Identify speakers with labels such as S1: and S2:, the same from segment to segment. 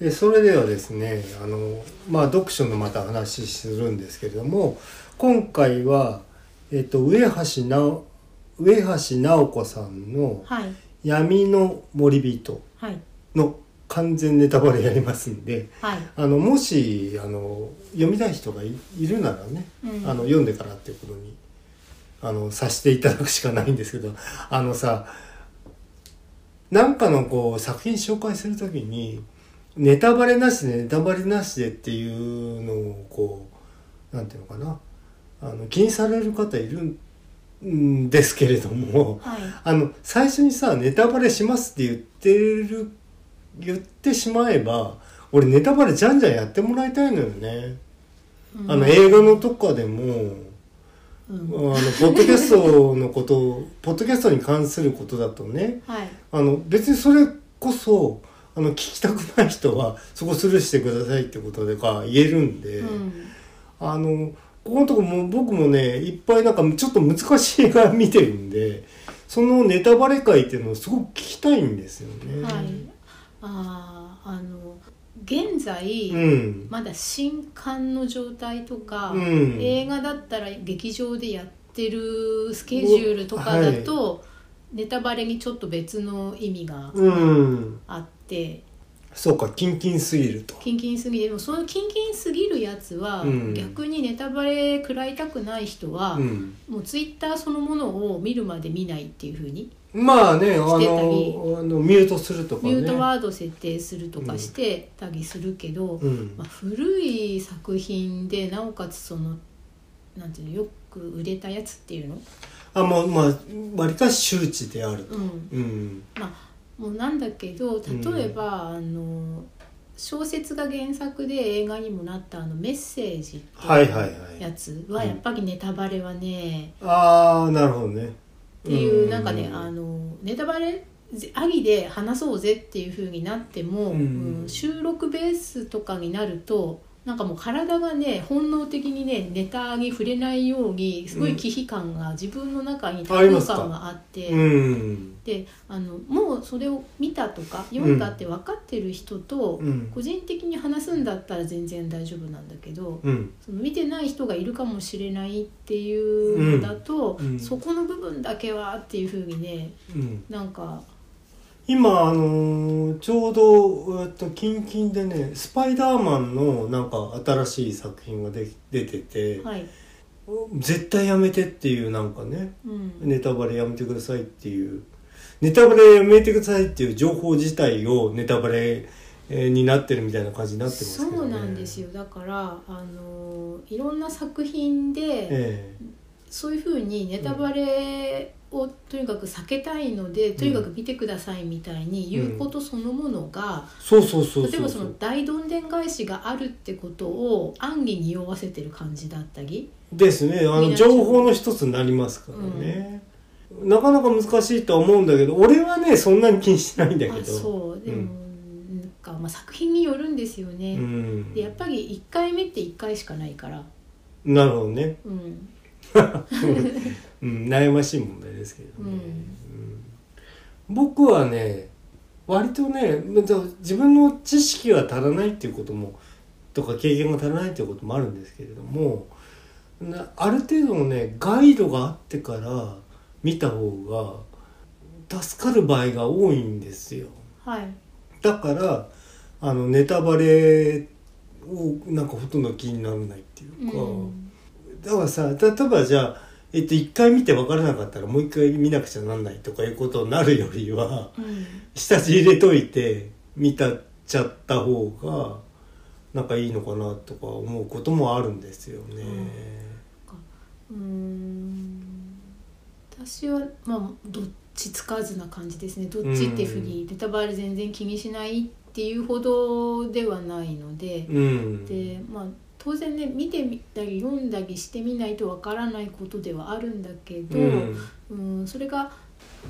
S1: でそれではですねあの、まあ、読書のまた話するんですけれども今回は、えっと、上橋直上橋直子さんの
S2: はい
S1: 「闇の森人
S2: はい」
S1: の完全ネタバレやりますんで
S2: はい
S1: あのもしあの読みたい人がいいるならね、
S2: うん
S1: あの読んでからっていうことにあのさせていただくしかないんですけどあのさなんかのこう作品紹介するときにネタバレなしでネタバレなしでっていうのをこうなんていうのかなあの気にされる方いるんですけれども
S2: はい
S1: あの最初にさネタバレしますって言ってる言ってしまえば俺ネタバレじゃんじゃんやってもらいたいのよね。
S2: うん
S1: あの映画のとかでも
S2: うん
S1: あのポッドキャストのこと をポッドキャストに関することだとね
S2: はい
S1: あの別にそれこそあの聞きたくない人はそこスルーしてくださいってことでか言えるんで、
S2: うん
S1: あのここのとこも僕もねいっぱいなんかちょっと難しい映画見てるんでそのネタバレ会っていうのをすごく聞きたいんですよね。
S2: はいあーあの現在、
S1: うん
S2: まだ新刊の状態とか、
S1: うん
S2: 映画だったら劇場でやってるスケジュールとかだと、ネタバレにちょっと別の意味が
S1: うん、
S2: あって、
S1: そうかキンキンすぎると。
S2: キンキンすぎでもそのキンキンすぎるやつは、
S1: うん
S2: 逆にネタバレ食らいたくない人は、
S1: うん
S2: もうツイッターそのものを見るまで見ないっていうふうに
S1: まあね、あの、
S2: してたり
S1: あのミュートするとかね。
S2: ミュートワード設定するとかしてたりするけど、
S1: うん
S2: まあ、古い作品でなおかつそのなんていうのよく売れたやつっていうの、
S1: あ、もう、まあ、割かし周知であると。
S2: うん、
S1: うん。
S2: もうなんだけど例えば、あの小説が原作で映画にもなったあのメッセージって。
S1: はいはいはいいう
S2: やつは
S1: うん
S2: やっぱりネタバレはね、
S1: ああ、なるほどね。
S2: っていうなんかねあのネタバレありで話そうぜっていう風になっても、
S1: うん
S2: うん収録ベースとかになるとなんかもう体がね本能的にねネタに触れないようにすごい忌避感が自分の中に
S1: ありますか
S2: 感があって。
S1: うん。
S2: であのもうそれを見たとか読んだって分かってる人と、
S1: うん。
S2: 個人的に話すんだったら全然大丈夫なんだけど
S1: うん。
S2: その見てない人がいるかもしれないっていうのだと、
S1: うんうん
S2: そこの部分だけはっていうふうにね
S1: うん。
S2: なんか
S1: 今、あのーちょうど、えっと、キンキンでね、スパイダーマンの、なんか、新しい作品がで出てて、
S2: はい、
S1: 絶対やめてっていう、なんかね、
S2: うん、
S1: ネタバレやめてくださいっていうネタバレやめてくださいっていう情報自体をネタバレえーになってるみたいな感じになってますけどね
S2: そうなんですよだからあのいろんな作品で
S1: え
S2: そういうふうにネタバレをとにかく避けたいので、とにかく見てくださいみたいに言うことそのものが
S1: え、そうそうそう
S2: 例え
S1: そ
S2: ば
S1: う
S2: その大どんでん返しがあるってことを暗に匂わせてる感じだったり、
S1: ですねあ
S2: み
S1: の
S2: んな情
S1: 情
S2: 報
S1: 報の一つになりますからね、なかなか難しいとは思うんだけど俺はねそんなに気にしてないんだけど
S2: あそうでも、
S1: うん
S2: なんか、まあ、作品によるんですよね、
S1: うん
S2: でやっぱり1回目って1回しかないから、
S1: なるほどね、
S2: うん、
S1: うん、悩ましい問題ですけどね、
S2: うん
S1: うん僕はね割とねじゃあ自分の知識が足らないっていうこともとか経験が足らないっていうこともあるんですけれどもなある程度のねガイドがあってから見た方が助かる場合が多いんですよ。
S2: はい
S1: だからあのネタバレをなんかほとんど気にならないっていうか。
S2: うん
S1: だからさ例えばじゃあ、えっと、1回見て分からなかったらもう1回見なくちゃなんないとかいうことになるよりは
S2: うん
S1: 下地入れといて見たっちゃった方がなんかいいのかなとか思うこともあるんですよね。
S2: うーん私はまあどっちつかずな感じですねどっちっていうふうにネタバレ全然気にしないっていうほどではないので、
S1: うん、
S2: でまあ当然ね見てみたり読んだりしてみないとわからないことではあるんだけど、
S1: う
S2: うん
S1: ん、
S2: それが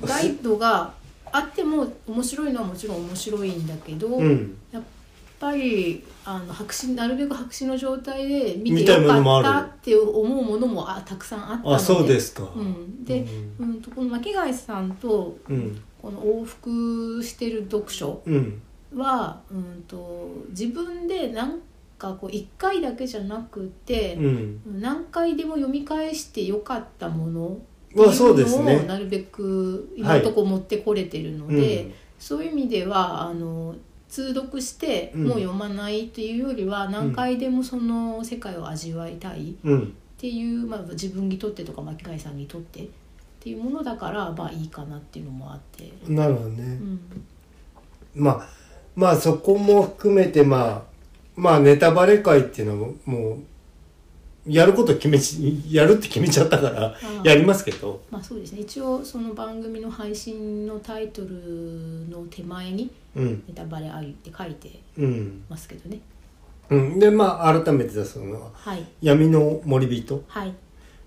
S2: ガイドがあっても面白いのはもちろん面白いんだけど、
S1: う
S2: やっ
S1: ん
S2: ぱりあの白紙なるべく白紙の状態で見て
S1: 見たい
S2: よ
S1: ものも
S2: か
S1: あ
S2: っ
S1: る
S2: たって思うものもあたくさんあったので
S1: あそうですか。
S2: うん、で、
S1: うん
S2: うん、とこの巻貝さんと
S1: うん
S2: この往復してる読書
S1: うん
S2: は、は、うん、と自分でなんかこう1回だけじゃなくて、
S1: うん
S2: 何回でも読み返してよかったものって
S1: まあ
S2: い
S1: そうで
S2: う
S1: す
S2: のを
S1: ね
S2: なるべく今のとこ持ってこれてるので、
S1: うん
S2: そういう意味ではあの通読して
S1: うん
S2: もう読まないというよりは、何回でもその世界を味わいたいっ
S1: うん
S2: ていう、まあ、自分にとってとか巻貝さんにとってっていうものだからまあいいかなっていうのもあって。
S1: なるほどね、
S2: うん
S1: まあまあそこも含めてまあまあネタバレ会っていうのはもうやること決めち やるって決めちゃったから
S2: ああ
S1: やりますけど
S2: まあそうですね一応その番組の配信のタイトルの手前に
S1: うん
S2: 「ネタバレあり」って書いて
S1: うん、
S2: ますけどね
S1: うん、でまあ改めて出すのは
S2: はい
S1: 「闇の森人
S2: はい」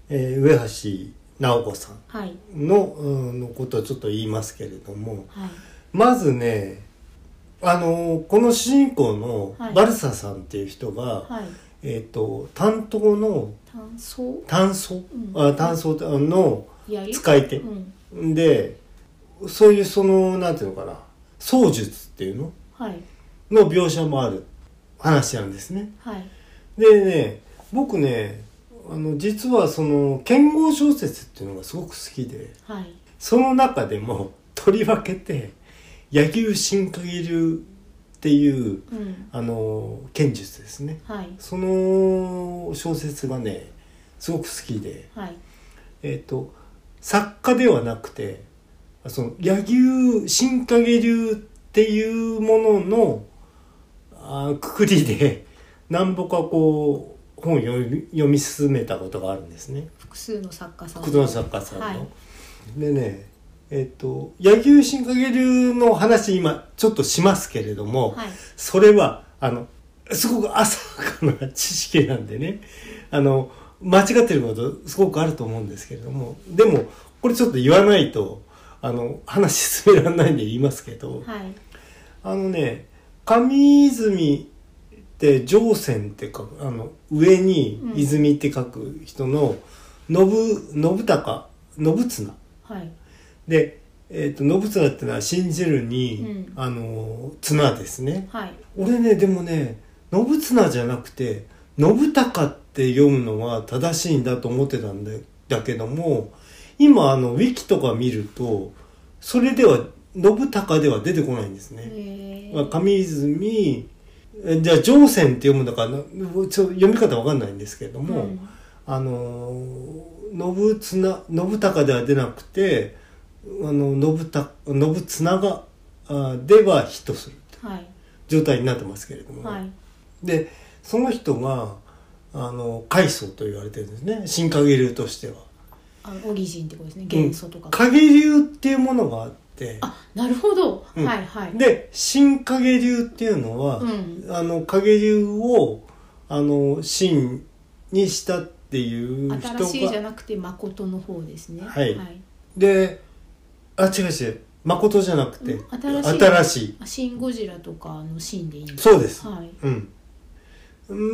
S1: えー上橋直子さん
S2: はい
S1: の,、うん、のことをちょっと言いますけれども
S2: はい
S1: まずねあのこの主人公の
S2: はい
S1: バルサさんっていう人が、
S2: はい
S1: えっ、と担当の
S2: 単層
S1: 炭素、
S2: うん
S1: あ炭素の
S2: やり
S1: 使い手
S2: う、ん
S1: でそういうそのなんていうのかな槍術っていうの
S2: はい
S1: の描写もある話なんですね
S2: はい
S1: でね僕ねあの実はその剣豪小説っていうのがすごく好きで
S2: はい
S1: その中でも とりわけて柳生新影流っていう
S2: うん
S1: あの剣術ですね
S2: はい
S1: その小説がねすごく好きで
S2: はい
S1: えっ、と作家ではなくてその柳生新影流っていうもののあーくくりで 何ぼかこう本を読み読み進めたことがあるんですね
S2: 複数の作家さん
S1: 福の作家さんの。
S2: はい
S1: でねえっ、と柳生新影流の話今ちょっとしますけれども、
S2: はい
S1: それはあのすごく浅はかな知識なんでねあの間違ってることすごくあると思うんですけれどもでもこれちょっと言わないとあの話進められないんで言いますけど、
S2: はい
S1: あのね上泉って上泉って書くあの上に
S2: うん
S1: 泉って書く人の信信孝信綱
S2: はい
S1: で、えっと信綱ってのは信じるに、
S2: うん
S1: あの綱ですね。
S2: はい
S1: 俺ねでもね信綱じゃなくて信孝って読むのが正しいんだと思ってたんだだけども今あのウィキとか見るとそれでは信孝では出てこないんですね。
S2: え
S1: まあ上泉えじゃあ上泉って読むんだからなちょ読み方わかんないんですけれども、
S2: うん
S1: あのー信綱信孝では出なくてあの信孝信綱があではヒットする。
S2: はい
S1: 状態になってますけれども、
S2: はい
S1: でその人があの海藻と言われてるんですね新影流としては。
S2: あのオリジンってことですね元素とか
S1: 影流っていうものがあって
S2: あなるほど
S1: うん
S2: はいはい
S1: で新影流っていうのは、
S2: うん
S1: あの影流をあの真にしたっていう人
S2: 新しいじゃ
S1: が
S2: なくて誠の方ですね
S1: はい
S2: はい
S1: であ違う違う誠じゃなくて、
S2: うん新しい
S1: し
S2: あシン・ゴジラとかのシーンでいいんで
S1: い
S2: す
S1: そうです、
S2: はい
S1: うん。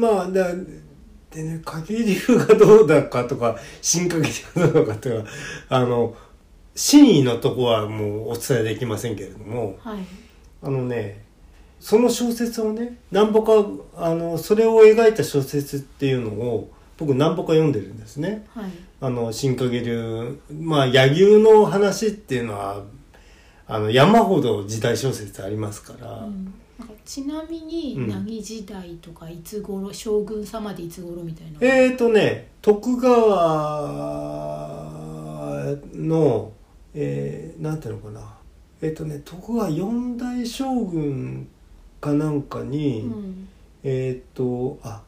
S1: まあ、だ、でね、影流がどうだかとか、新影流がどうだかとか、あの、真意のとこはもうお伝えできませんけれども、
S2: はい
S1: あのね、その小説をね、何ぼか、あの、それを描いた小説っていうのを、僕何ぼか読んでるんですね。
S2: はい
S1: あの、新影流、まあ、柳生の話っていうのは、あの、山ほど時代小説ありますから、
S2: うんなんかちなみに、
S1: うん
S2: 何時代とかいつ頃将軍様でいつ頃みたいな、
S1: えーとね徳川のえー、なんていうのかなえっ、とね徳川四大将軍かなんかに、
S2: うん、
S1: えっ、とあ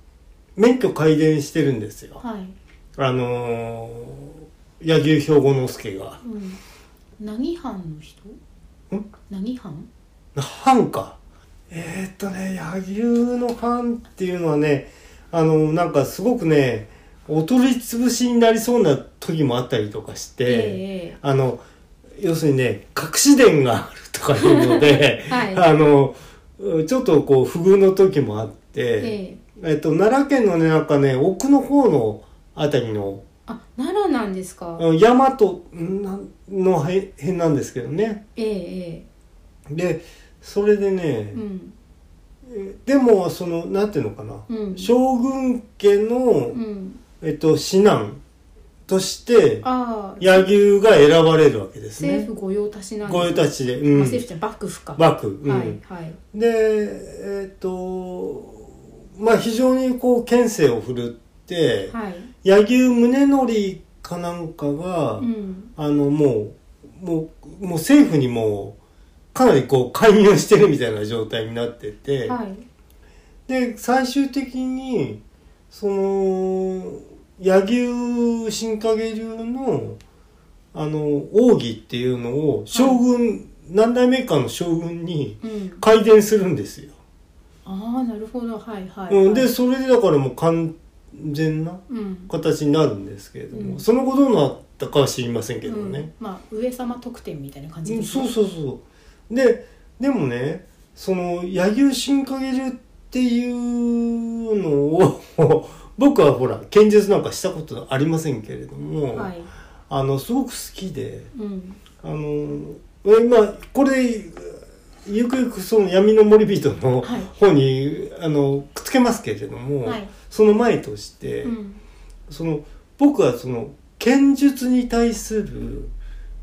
S1: 免許改伝してるんですよ
S2: はい、
S1: あのー、柳生兵庫之助が
S2: うん、何藩の人
S1: ん
S2: 何藩
S1: 藩かえっ、とね柳生の藩っていうのはねあのなんかすごくねお取り潰しになりそうな時もあったりとかして、
S2: え、
S1: あの要するにね隠し伝があるとかいうので
S2: はい
S1: あのちょっとこう不遇の時もあっ
S2: ええ
S1: て、
S2: え
S1: えっと、奈良県のねなんかね奥の方のあたりの
S2: あ奈良なんです
S1: あ
S2: か、
S1: の大和んなんのへ辺なんですけどね
S2: えええ
S1: でそれでね、
S2: うん
S1: えでもそのなんていうのかな、
S2: うん
S1: 将軍家の、
S2: うん
S1: えっと、指南として
S2: ああ
S1: 柳生が選ばれるわけです
S2: 政
S1: ね
S2: 府御用達なんです
S1: 御用達で、う
S2: まあ
S1: ん、
S2: 政府じゃ幕府か
S1: 幕府、うん
S2: はいはい
S1: でえっとまあ非常にこう県政を振るって、
S2: はい
S1: 柳生宗則かなんかが、
S2: うん
S1: あのもうもうもう政府にもうかなりこう介入してるみたいな状態になってて、
S2: はい
S1: で最終的にその柳生新陰流のあの奥義っていうのを将軍、何代目かの将軍に
S2: うん
S1: 改伝するんですよ。
S2: ああなるほどはいはい
S1: うん、
S2: は
S1: で
S2: い
S1: それでだからもう完全な
S2: うん
S1: 形になるんですけれども、
S2: うん
S1: その後どうなったかは知りませんけどね。
S2: うんまあ上様特典みたいな感じ
S1: う
S2: で
S1: ん、
S2: す
S1: そ
S2: ね
S1: うそうそうででもねその柳生新陰流っていうのを僕はほら剣術なんかしたことありませんけれども、
S2: はい
S1: あのすごく好きで
S2: うん
S1: あの今これゆくゆくその闇の森人の
S2: はい
S1: 方に、あのくっつけますけれども、
S2: はい
S1: その前として、
S2: うん
S1: その僕はその剣術に対する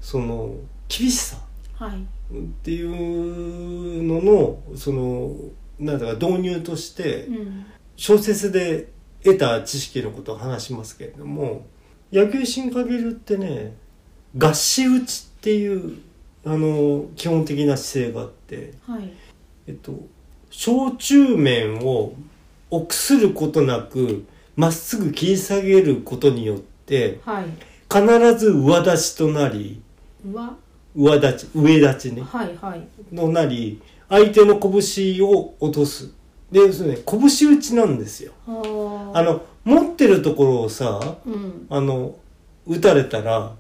S1: その厳しさ、
S2: はい
S1: っていうののそのなんだか導入として
S2: うん
S1: 小説で得た知識のことを話しますけれども野球新限るってね合詞打ちっていうあの基本的な姿勢があって、
S2: はい
S1: えっと、焼酎面を臆することなくまっすぐ切り下げることによって
S2: はい
S1: 必ず上立ちとなり
S2: うわ
S1: 上立ち上立ちね
S2: はいはい
S1: のなり相手の拳を落とすで要するに拳打ちなんですよ
S2: は
S1: あの持ってるところをさ
S2: うん
S1: あの打たれたら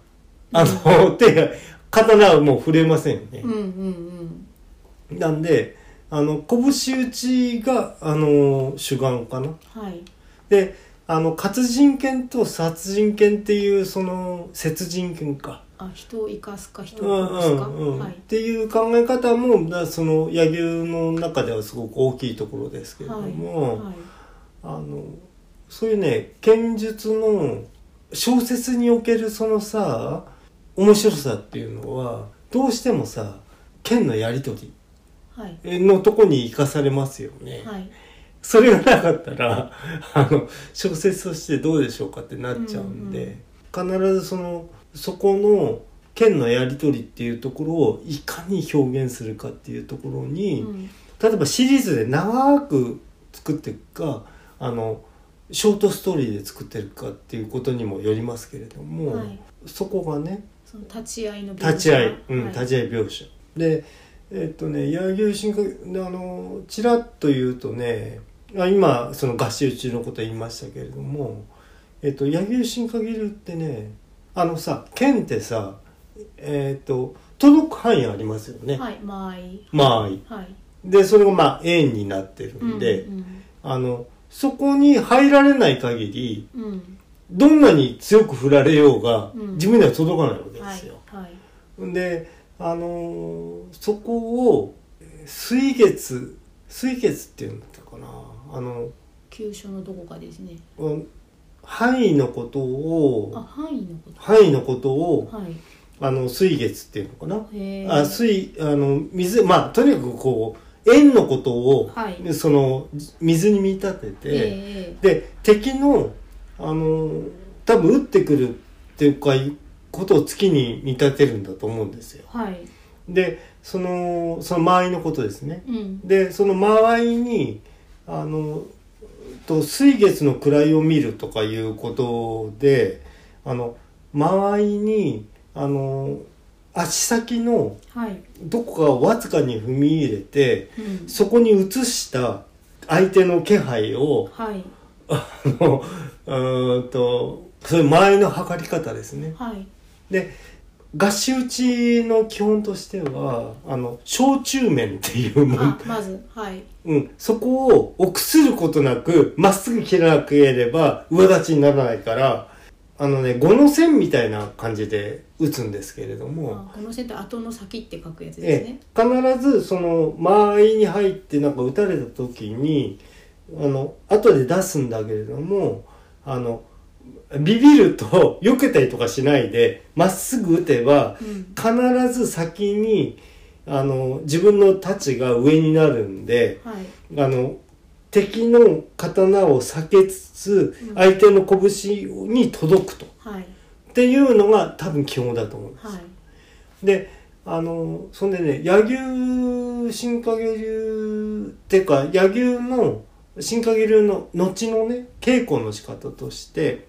S1: あの、手が刀はもう触れませんよね
S2: うん、うん
S1: なんであの拳打ちがあの主眼かな
S2: うんはい
S1: であの活人犬と殺人犬っていうその殺人犬か
S2: あ人を生かすか人
S1: う
S2: を
S1: ん
S2: 殺すか、
S1: うんうん
S2: はい
S1: っていう考え方もだその柳生の中ではすごく大きいところですけれども、
S2: はい
S1: あのそういうね剣術の小説におけるそのさ面白さっていうのはどうしてもさ剣のやり取
S2: はい
S1: りのとこに生かされますよね。
S2: はい
S1: それがなかったらあの小説としてどうでしょうかってなっちゃうんで、必ずそのそこの剣のやり取りっていうところをいかに表現するかっていうところに、
S2: うん
S1: 例えばシリーズで長く作っていくかあのショートストーリーで作ってるかっていうことにもよりますけれども、
S2: はい
S1: そこがね
S2: その立ち会いの描写
S1: 立ち会い、うん
S2: はい
S1: 立ち会い描写でえっとね柳生新あのちらっと言うとねあ今その合衆中のこと言いましたけれども、えっと、柳生新限るってねあのさ剣ってさえっと届く範囲ありますよね、
S2: はい間合い
S1: まあ
S2: はい
S1: でそれがまあ円になってるんで、
S2: うん
S1: あのそこに入られない限り
S2: うんうん
S1: どんなに強く振られようが、
S2: うん
S1: 自分には届かないわけで
S2: はい
S1: すよ。
S2: はい
S1: であのーそこをえー水月水月っていうんだったかなあの
S2: 急所のどこかですね
S1: うん範囲のこと
S2: あ
S1: を
S2: 範囲のこ
S1: 範囲のことを
S2: とはい
S1: あの水月っていうのかな、
S2: へー
S1: あ水あの水まあとにかくこう円のことを、
S2: はい
S1: その水に見立てて、
S2: ええ
S1: で敵のあのー多分撃ってくるっていうかことを月に見立てるんだと思うんですよ。
S2: はい
S1: でそのその間合いのことですね
S2: うん
S1: でその間合いにあのと水月の位を見るとかいうことであの間合いにあの足先の
S2: はい
S1: どこかをわずかに踏み入れて
S2: うん
S1: そこに移した相手の気配を
S2: はい
S1: あのうーんとそういう間合いの測り方ですね。
S2: はい
S1: で合衆打ちの基本としてはあの小中面っていうも
S2: あ
S1: ん、
S2: まずはい
S1: うん、そこを臆することなくまっすぐ切らなければ上立ちにならないからあのね5の線みたいな感じで打つんですけれども、
S2: あこの線って後の先って書くやつです
S1: え
S2: ね。
S1: え、必ずその間合いに入ってなんか打たれた時にあの後で出すんだけれどもあのビビると避けたりとかしないでまっすぐ打てば
S2: うん
S1: 必ず先にあの自分の太刀が上になるんで
S2: はい。
S1: あの敵の刀を避けつつ
S2: うん
S1: 相手の拳に届くと。
S2: はい。
S1: っていうのが多分基本だと思います。
S2: はい。
S1: であのそんでね柳生新影流っていうか柳生の新影流の後のね稽古の仕方として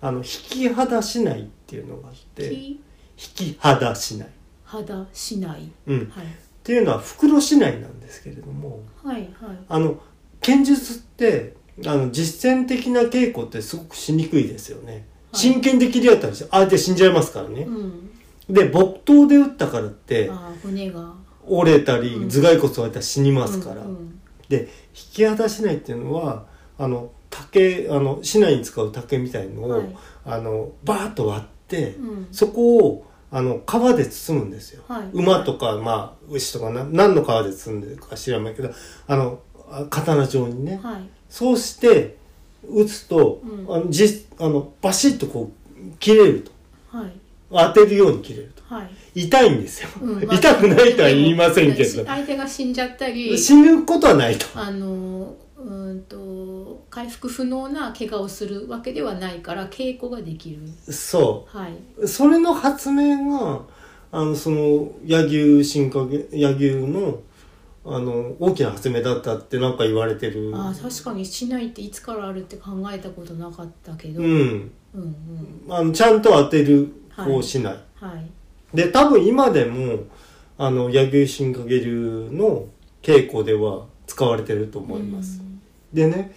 S1: あの引き肌しないっていうのがあって引
S2: 木
S1: き肌しない、
S2: 肌しない。
S1: うん、っ
S2: はい。
S1: ていうのは袋しないなんですけれども
S2: はい。はい。
S1: あの剣術ってあの実践的な稽古ってすごくしにくいですよね。
S2: はい
S1: 真剣で切り合ったりして相手死んじゃいますからね。
S2: うん。
S1: で木刀で打ったからって
S2: あー骨が。
S1: 折れたり
S2: うん
S1: 頭蓋骨折れたら死にますから、
S2: うんうん
S1: で引き渡しないっていうのはあの竹あの市内に使う竹みたいのを、
S2: はい
S1: あのバーッと割って、
S2: うん
S1: そこをあの革で包むんですよ、
S2: はい
S1: 馬とか、まあ、牛とかな何の革で包んでるか知らないけどあのあ刀状にね、
S2: はい。
S1: そうして打つと、
S2: うん
S1: あのじあのバシッとこう切れると
S2: はい。
S1: 当てるように切れると
S2: はい。
S1: 痛いんですよ、
S2: うんま あ
S1: 痛くないとは言いませんけ
S2: で
S1: ど
S2: も相手が死んじゃった り。
S1: 死ぬことはないと。
S2: あのうーんと回復不能な怪我をするわけではないから稽古ができる
S1: そ。
S2: はいう
S1: それの発明が、あの、その、柳生新影、柳生の、あの、大きな発明だったってなんか言われてる。
S2: あー確かにしないっていつからあるって考えたことなかったけど、
S1: う
S2: うん
S1: ん。
S2: うん
S1: あの、ちゃんと当てる
S2: はい
S1: 方をしない。
S2: はい
S1: で、多分今でも、あの、柳生新影流の稽古では使われてると思います。でね、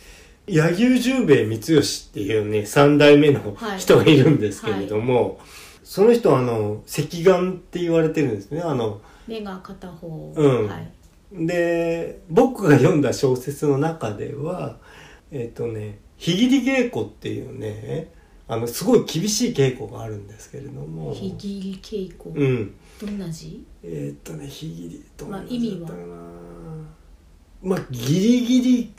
S1: 柳生十兵衛光義っていうね、三代目の
S2: はい
S1: 人がいるんですけれども、その人はあの、石眼って言われてるんですね。あの、
S2: 目が片方、
S1: うん
S2: はい
S1: で、僕が読んだ小説の中では、えっ、とね、ひぎり稽古っていうね、あの、すごい厳しい稽古があるんですけれども、
S2: ひぎり稽古、
S1: うん。
S2: どんな字
S1: えっ、とね、ひぎり、どんな
S2: まあ意味
S1: だ
S2: は
S1: ったかなまあ、ギリギリ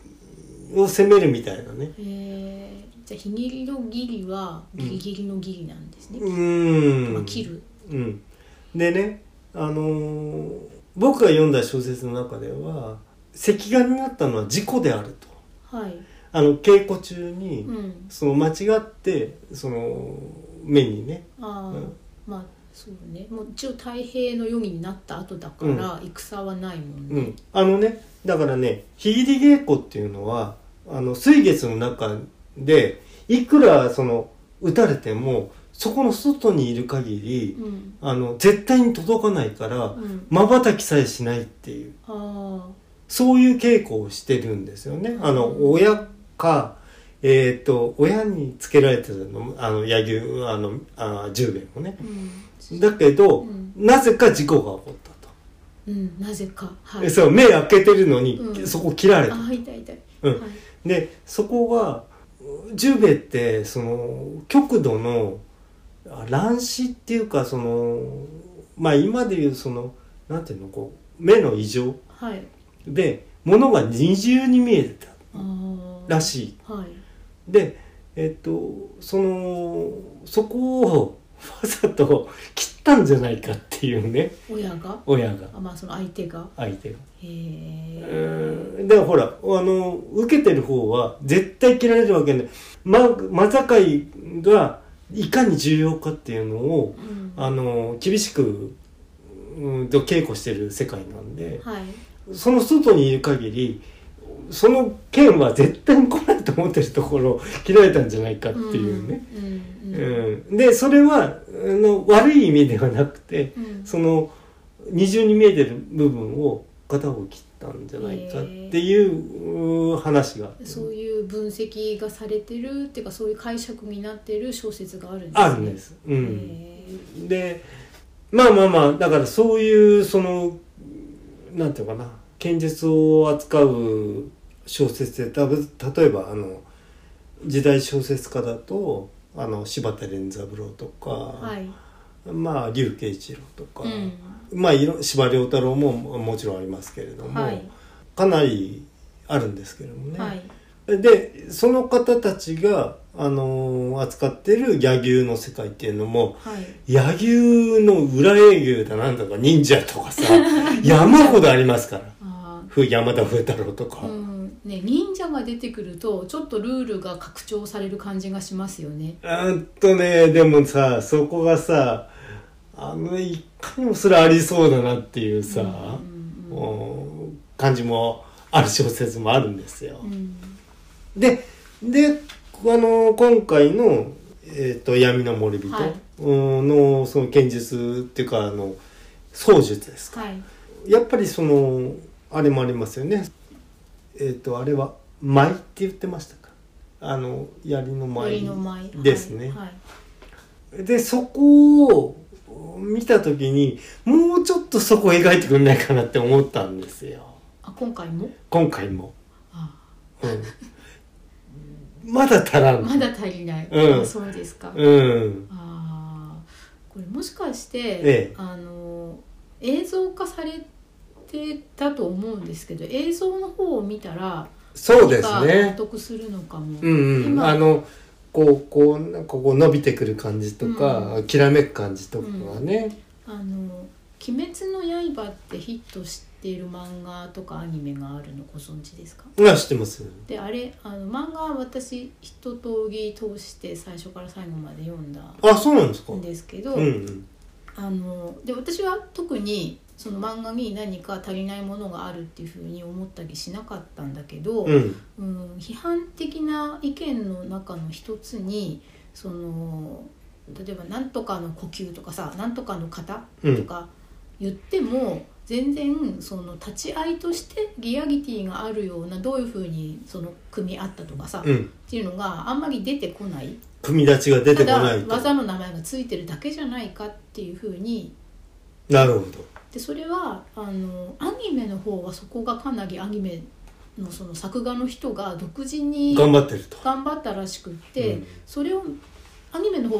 S1: を攻めるみたいなね。
S2: えー、じゃあひぎりのギリはギリギリのギリなんですね、
S1: うーん。
S2: まあ、切る
S1: うん、でね、あのー僕が読んだ小説の中では赤眼になったのは事故であると
S2: はい
S1: あの稽古中に、
S2: うん
S1: その間違ってその目にね、
S2: ああ、
S1: うん
S2: まあそうねもう一応太平の読みになった後だから、戦はないもん
S1: う
S2: ね、
S1: ん、あのねだからね日切り稽古っていうのはあの水月の中でいくらその打たれてもそこの外にいる限り
S2: うん
S1: あの絶対に届かないから
S2: うん
S1: まばたきさえしないっていう。
S2: あ
S1: そういう稽古をしてるんですよね。あの、親か、えっ、と、親につけられてたの、あの、柳生、あの、あ十兵衛もね
S2: あ。うん、
S1: だけど、
S2: うん
S1: なぜか事故が起こったと。
S2: うん、なぜかはい
S1: えそう、目開けてるのに、
S2: うん
S1: そこ切られた。
S2: ああ痛い痛い、
S1: うん
S2: はい、
S1: で、そこが、十兵衛って、その、極度の、あ乱視っていうか、その、まあ今でいう、その、なんていうの、こう、目の異常
S2: はい
S1: で、物が二重に見えてた
S2: ああ
S1: らしい。
S2: はい
S1: でえっとそのそこをわざと切ったんじゃないかっていうね
S2: 親が
S1: 親が
S2: あまあその相手が
S1: 相手が。う
S2: へえ
S1: ーんでほらあの受けてる方は絶対切られるわけない、ま、間境がいかに重要かっていうのを
S2: うんは
S1: あの厳しくうんと稽古してる世界なんで
S2: い
S1: その外にいる限りその剣は絶対に来ないと思ってるところを切られたんじゃないかっていうね、
S2: うんうん
S1: うん、でそれはあの悪い意味ではなくて
S2: うん、うん
S1: その二重に見えてる部分を片方切ったんじゃないかっていううー話があって
S2: そういう分析がされてるっていうかそういう解釈になってる小説があるんです、ね、
S1: あるんです。う
S2: へ
S1: ん、
S2: え
S1: でまあまあまあだからそういうそのなんていうのかな剣術を扱う小説でたぶ例えばあの時代小説家だとあの柴田連三郎とか、
S2: はい
S1: まあ竜慶一郎とか、
S2: うん
S1: まあいろ司馬遼太郎ももちろんありますけれども、
S2: はい
S1: かなりあるんですけどもね。
S2: はい
S1: でその方たちが、あのー扱ってる柳生の世界っていうのも
S2: はい
S1: 柳生の裏営業だなんだとか忍者と かさ山ほどありますから
S2: あ
S1: ふ山田風太郎とか、
S2: ーうんね忍者が出てくるとちょっとルールが拡張される感じがしますよね
S1: あーっとねでもさそこがさあのいかにもそれありそうだなっていうさ、
S2: うんうん
S1: うん感じもある小説もあるんですよ。
S2: うん
S1: でであの今回の、えーと「闇の森人」
S2: はい
S1: うんのその剣術っていうかあの槍術ですか
S2: はい
S1: やっぱりそのあれもありますよねえっ、とあれは「舞」って言ってましたかあの槍の
S2: 森
S1: 舞
S2: の舞
S1: ですね
S2: はい
S1: でそこを見た時にもうちょっとそこを描いてくんないかなって思ったんですよ
S2: あ今回も
S1: 今回も、
S2: あ
S1: うん、まだ足らん
S2: まだ足りない、
S1: うん
S2: あそうですか、
S1: うん
S2: あーこれもしかして、
S1: ええ
S2: あの映像化されてたと思うんですけど映像の方を見たら
S1: そうです
S2: 何か納
S1: ね
S2: 得するのかも、
S1: うんうん
S2: 今
S1: あのこうこうなんかこう伸びてくる感じとか、きらめく感じとかがね、
S2: あの「鬼滅の刃」ってヒットしている漫画とかアニメがあるのご存知ですか
S1: が知ってます
S2: であれあの漫画は私一通り通して最初から最後まで読んだ
S1: あそうなんですか
S2: んですけど、
S1: うんうん
S2: あので私は特にその漫画に何か足りないものがあるっていうふうに思ったりしなかったんだけど、
S1: うん
S2: うん批判的な意見の中の一つにその例えば「なんとかの呼吸」とかさ「なんとかの型」
S1: うん
S2: とか言っても全然その立ち会いとしてリアリティがあるようなどういうふうにその組み合ったとかさ、
S1: う
S2: っ
S1: ん
S2: ていうのがあんまり出てこない。
S1: 組み立ちが出て
S2: た
S1: こ
S2: だ
S1: ないと
S2: 技の名前がついてるだけじゃないかっていうふうに
S1: なるほど
S2: でそれはあのアニメの方はそこがかなりアニメのその作画の人が独自に
S1: 頑張ってると
S2: 頑張ったらしくっ
S1: う
S2: て、
S1: ん
S2: それをアニメの方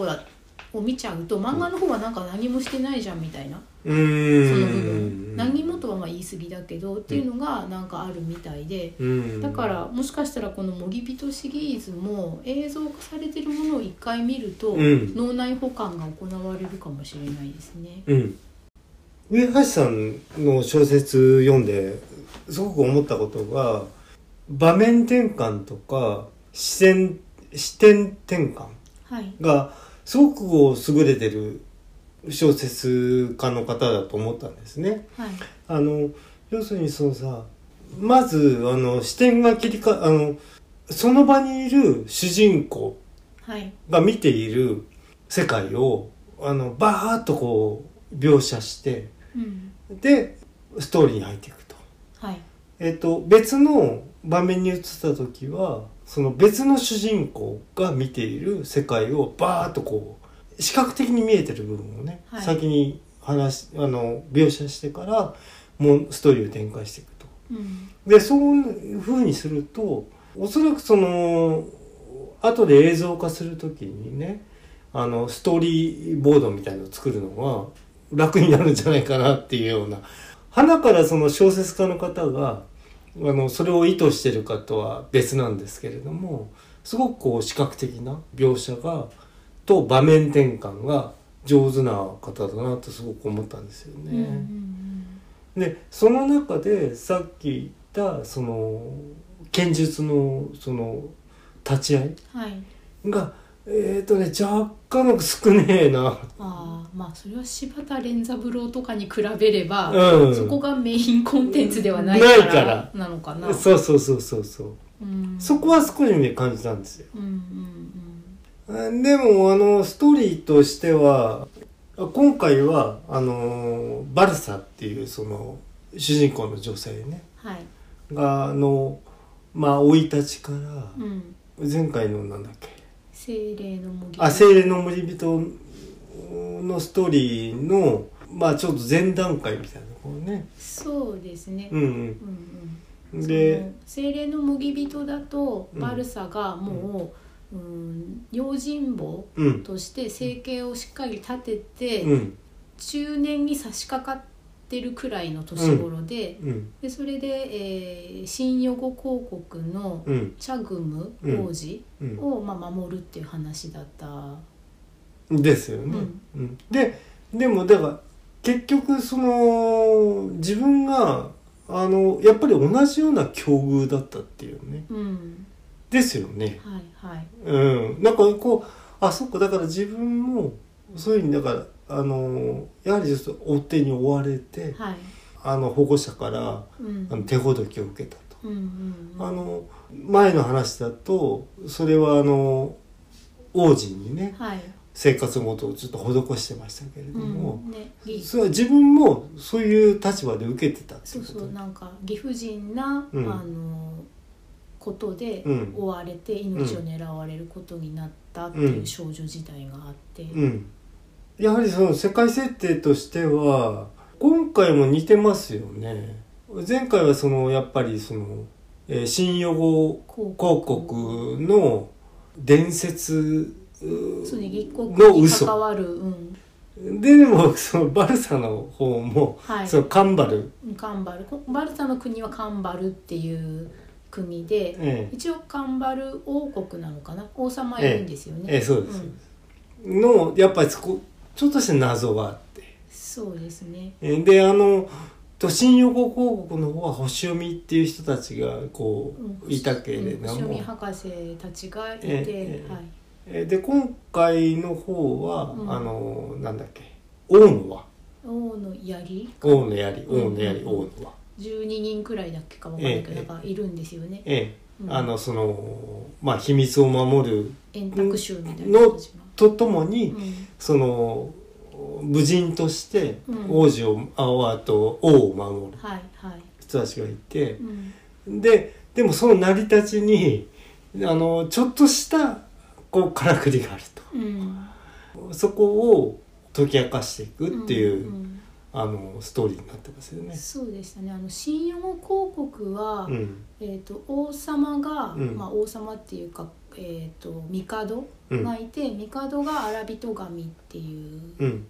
S2: を見ちゃうと漫画の方はなんか何もしてないじゃんみたいな、
S1: う
S2: そ
S1: ーん
S2: の部分何もとはまあ言い過ぎだけどっていうのがなんかあるみたいで。
S1: うん
S2: だからもしかしたらこの「森人」シリーズも映像化されてるものを一回見ると、
S1: うん
S2: 脳内保管が行われるかもしれないですね。
S1: うん上橋さんの小説読んですごく思ったことが場面転換とか視線視点転換
S2: はい、
S1: がすごくこう優れてる小説家の方だと思ったんですね。
S2: はい
S1: あの要するにそのさまずあの視点が切り替えあのその場にいる主人公
S2: はい
S1: が見ている世界をあのバーッとこう描写して
S2: うん
S1: でストーリーに入っていくと。
S2: はい
S1: えっと、別の場面に映った時はその別の主人公が見ている世界をバーッとこう視覚的に見えてる部分をね、
S2: はい
S1: 先に話あの描写してからもうストーリーを展開していくと。
S2: うん
S1: でそういう風にするとおそらくその後で映像化する時にねあのストーリーボードみたいのを作るのが楽になるんじゃないかなっていうような花からその小説家の方があのそれを意図してるかとは別なんですけれどもすごくこう視覚的な描写がと場面転換が上手な方だなとすごく思ったんですよね。
S2: うんうん
S1: でその中でさっき言ったその剣術のその立ち合
S2: うんはい
S1: いがえっ、ー、とね若干なんか少ねえな、
S2: あーまあそれは柴田連三郎とかに比べれば、
S1: うん、
S2: そこがメインコンテンツではないか
S1: ないから
S2: らなのかな
S1: そうそうそうそうそう
S2: うん
S1: そこは少しね感じたんですよ
S2: うんうん
S1: でもあのストーリーとしては今回はあのバルサっていうその主人公の女性ね
S2: うんはい
S1: があのまあ生い立ちから
S2: うん
S1: 前回のなんだっけ
S2: 精霊の模擬
S1: あ精霊の森人のストーリーのまあちょっと前段階みたいなこうね
S2: そうですね、
S1: う
S2: うん
S1: ん
S2: うん
S1: うん
S2: そ
S1: で
S2: の精霊の麦人だと
S1: うん
S2: バルサがもう、うん用心棒
S1: うん
S2: として生計をしっかり立てて、
S1: うん
S2: 中年に差し掛かってるくらいの年頃で,、
S1: うん
S2: でそれで、えー新予後公国の
S1: うん
S2: チャグム王子
S1: うん
S2: を、まあ、守るっていう話だった、
S1: ですよね。
S2: うん
S1: うんででもだから結局その自分があのやっぱり同じような境遇だったっていうね。
S2: うん、
S1: ですよね。
S2: はいはい
S1: うん。なんかこうあそっかだから自分もそういうふうにだからあのやはりちょっと追手に追われて
S2: はい、
S1: あの保護者から
S2: うん、
S1: あの手ほどきを受けたと。
S2: うんうんうん
S1: あの前の話だとそれはあの王子にね
S2: はい、
S1: 生活ごとをちょっと施してましたけれども、
S2: うん、ねぎ
S1: それは自分もそういう立場で受けてたってい
S2: そ
S1: う
S2: う
S1: こ
S2: そ
S1: と
S2: うなんか理不尽な、
S1: うん
S2: あのことで
S1: うん
S2: 追われて命を狙われることになったっていう少女時代があって、
S1: うん、やはりその世界設定としては今回も似てますよね前回はそのやっぱりその、えー新予後
S2: 広
S1: 広告の伝説
S2: そうね立国
S1: の
S2: に
S1: 嘘
S2: 関わる、うん、
S1: ででもそのバルサの方も、
S2: はい
S1: そのカンバル
S2: カンバルこバルサの国はカンバルっていう国で
S1: ええ
S2: 一応カンバル王国なのかな王様いるんですよね、
S1: ええそうです、
S2: ん
S1: のやっぱりそこちょっとした謎があって
S2: そうですね
S1: えーであの都心横広告の方は星読みっていう人たちがこう、
S2: うん
S1: いたけれ
S2: うん
S1: ど
S2: 星読
S1: も
S2: み、博士たちがいて、
S1: ええええ
S2: はい
S1: えーで今回の方は、
S2: うん
S1: あのなんだっけ王の輪
S2: 王の槍
S1: 王の槍王の槍、
S2: うん
S1: 王の輪
S2: 12人くらいだっけかわかんないけ
S1: え
S2: ど、
S1: え
S2: なんかいるんですよね、
S1: ええ
S2: うん
S1: あのそのまあ秘密を守る
S2: 円卓衆みたいな人たちが
S1: とともに、
S2: うん
S1: その武人として
S2: うん
S1: 王子を、ああと王を守る
S2: はいはい、
S1: 人たちがいて
S2: う、ん
S1: ででもその成り立ちにあのちょっとしたこうからくりがある
S2: うん、
S1: とそこを解き明かしていくっていう、
S2: ん
S1: あのストーリーになってますよ
S2: う
S1: ね
S2: ん。そうでしたねあの新用広告は、
S1: うん
S2: えー、と王様が、
S1: うん
S2: まあ、王様っていうか、えー、と帝
S1: うん
S2: がいて、帝が荒人神っていう
S1: うん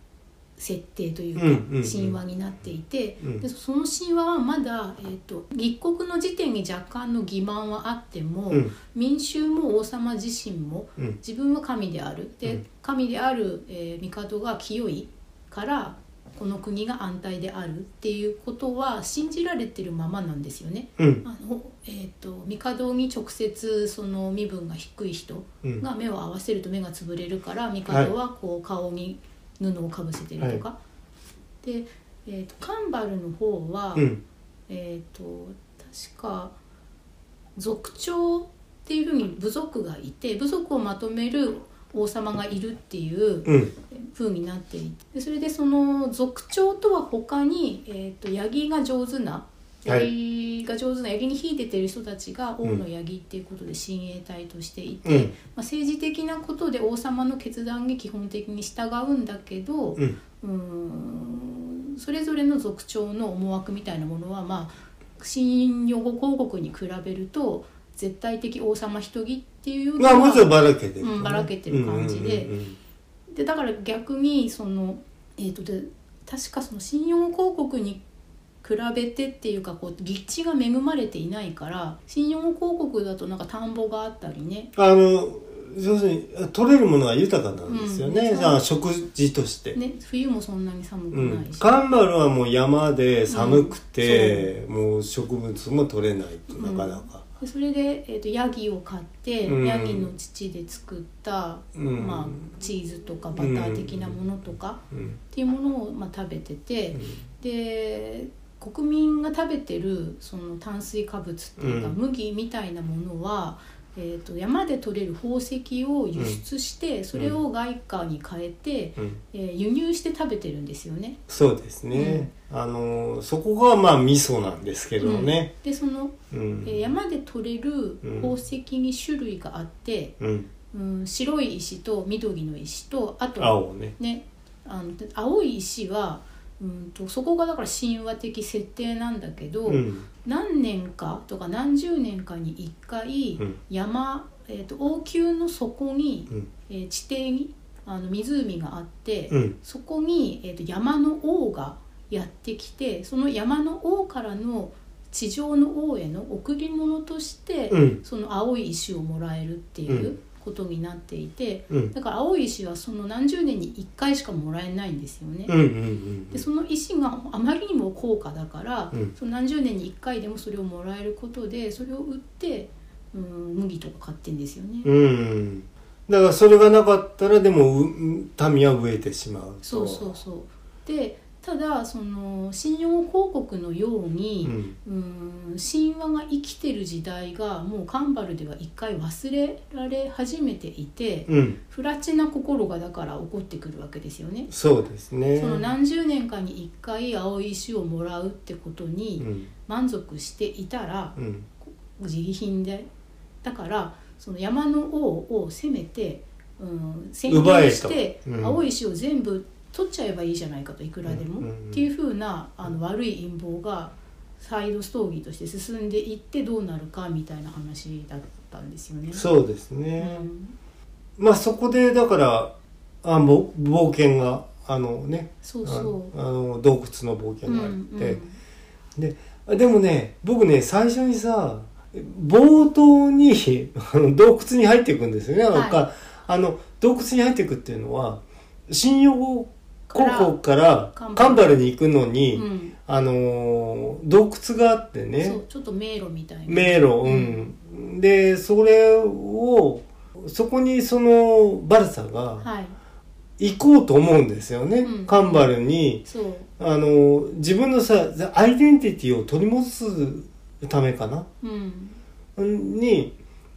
S2: 設定という
S1: うん
S2: か
S1: うんうん
S2: 神話になっていて、
S1: うん
S2: でその神話はまだ、えー、と立国の時点に若干の欺瞞はあっても、
S1: うん
S2: 民衆も王様自身も
S1: うん
S2: 自分は神であるで、
S1: うん
S2: 神である、えー帝が清いからこの国が安泰であるっていうことは信じられてるままなんですよね。
S1: うん
S2: あのえー、と帝に直接その身分が低い人
S1: うん
S2: が目を合わせると目が潰れるから帝はこう顔に布をかぶせてるとか、で、えー、とカンバルの方は、
S1: うん
S2: えー、と確か族長っていうふうに部族がいて部族をまとめる王様がいるっていう
S1: うん
S2: ふうになっていてでそれでその族長とは他に、えー、とヤギが上手な
S1: は
S2: ヤ
S1: い
S2: ギが上手なヤギに秀でてる人たちが王
S1: うん
S2: のヤギっていうことで親衛隊としていて、
S1: うん
S2: まあ、政治的なことで王様の決断に基本的に従うんだけど、
S1: うん
S2: うーんそれぞれの族長の思惑みたいなものはまあ新予後広告に比べると絶対的王様一人っていうより
S1: まあまずは
S2: は
S1: ばらけてる、
S2: うんばらけてる感じで
S1: うんうんうん
S2: でだから逆にそのえっ、とで確かその新予後広告に比べてっていうかこう立地が恵まれていないから新予後広告だとなんか田んぼがあったりね
S1: あの要するに取れるものは豊かなんですよね、
S2: うん
S1: じゃあ食事として。
S2: ね冬もそんなに寒く
S1: う
S2: なんいし、、
S1: カンバルはもう山で寒くて、もう植物も取れないなかなか、
S2: でそれで、えー、とヤギを買って、
S1: うん
S2: ヤギの乳で作った、
S1: うん
S2: まあ、チーズとかバター的なものとか、
S1: う
S2: っ
S1: ん
S2: ていうものを、まあ、食べてて、で国民が食べてるその炭水化物っていうか、
S1: うん
S2: 麦みたいなものは、えー、と山で採れる宝石を輸出して、それを外貨に変えて、
S1: うん
S2: えー輸入して食べてるんですよね。
S1: そうですね、あのそこがまあ味噌なんですけどね、
S2: でその、
S1: うん
S2: えー山で採れる宝石に種類があって、
S1: うん、
S2: うん、白い石と緑の石とあと
S1: 青ね
S2: ねあの青い石はうんとそこがだから神話的設定なんだけど、
S1: うん
S2: 何年かとか何十年かに一回
S1: うん
S2: 山、えー、と王宮の底に、
S1: うん
S2: えー地底にあの湖があって、
S1: うん
S2: そこに、えー、と山の王がやってきてその山の王からの地上の王への贈り物として、
S1: うん
S2: その青い石をもらえるっていううことになっていて、
S1: うん
S2: だから青い石はその何十年に1回しかもらえないんですよね。
S1: うんうんうん
S2: でその石があまりにも高価だから、
S1: うん
S2: その何十年に1回でもそれをもらえることでそれを売って、うん、麦とか買ってんですよね。
S1: うんだからそれがなかったらでもう民は飢えてしまうと
S2: そうそうそうでただその信用広告のように、
S1: ん
S2: うん神話が生きてる時代がもうカンバルでは一回忘れられ始めていて、
S1: うん
S2: 不らちな心がだから起こってくるわけですよね。
S1: そうですね
S2: その何十年かに一回青い石をもらうってこと
S1: う
S2: に
S1: ん
S2: 満足していたら
S1: うん
S2: 自利品でだからその山の王をせめて、うん、宣
S1: 奪え
S2: 言
S1: と
S2: して
S1: うん
S2: 青い石を全部取っちゃえばいいじゃないかといくらでも、
S1: うんうんうん
S2: っていうふうなあの悪い陰謀がサイドストーリーとして進んでいってどうなるかみたいな話だったんですよね。
S1: そうです
S2: う
S1: ね、
S2: ん
S1: まあそこでだからあぼ冒険があのね
S2: そうそ
S1: あのあの洞窟の冒
S2: う
S1: 険があって、
S2: うん
S1: あでもね僕ね最初にさ冒頭にあの洞窟に入っていくんですよね、
S2: はい
S1: かあの洞窟に入っていくっていうのは信用高
S2: から
S1: 校から
S2: カンバル
S1: カンバルに行くの
S2: う
S1: に、
S2: んうん
S1: あのー洞窟があって
S2: そ
S1: ね
S2: うちょっと迷路みたいな
S1: 迷路うん、でそれをそこにそのバルサが
S2: はい
S1: 行こうと思うんですよね、
S2: うん
S1: カンバルに。
S2: そう
S1: あの自分のさアイデンティティを取り戻すためかな
S2: うん
S1: に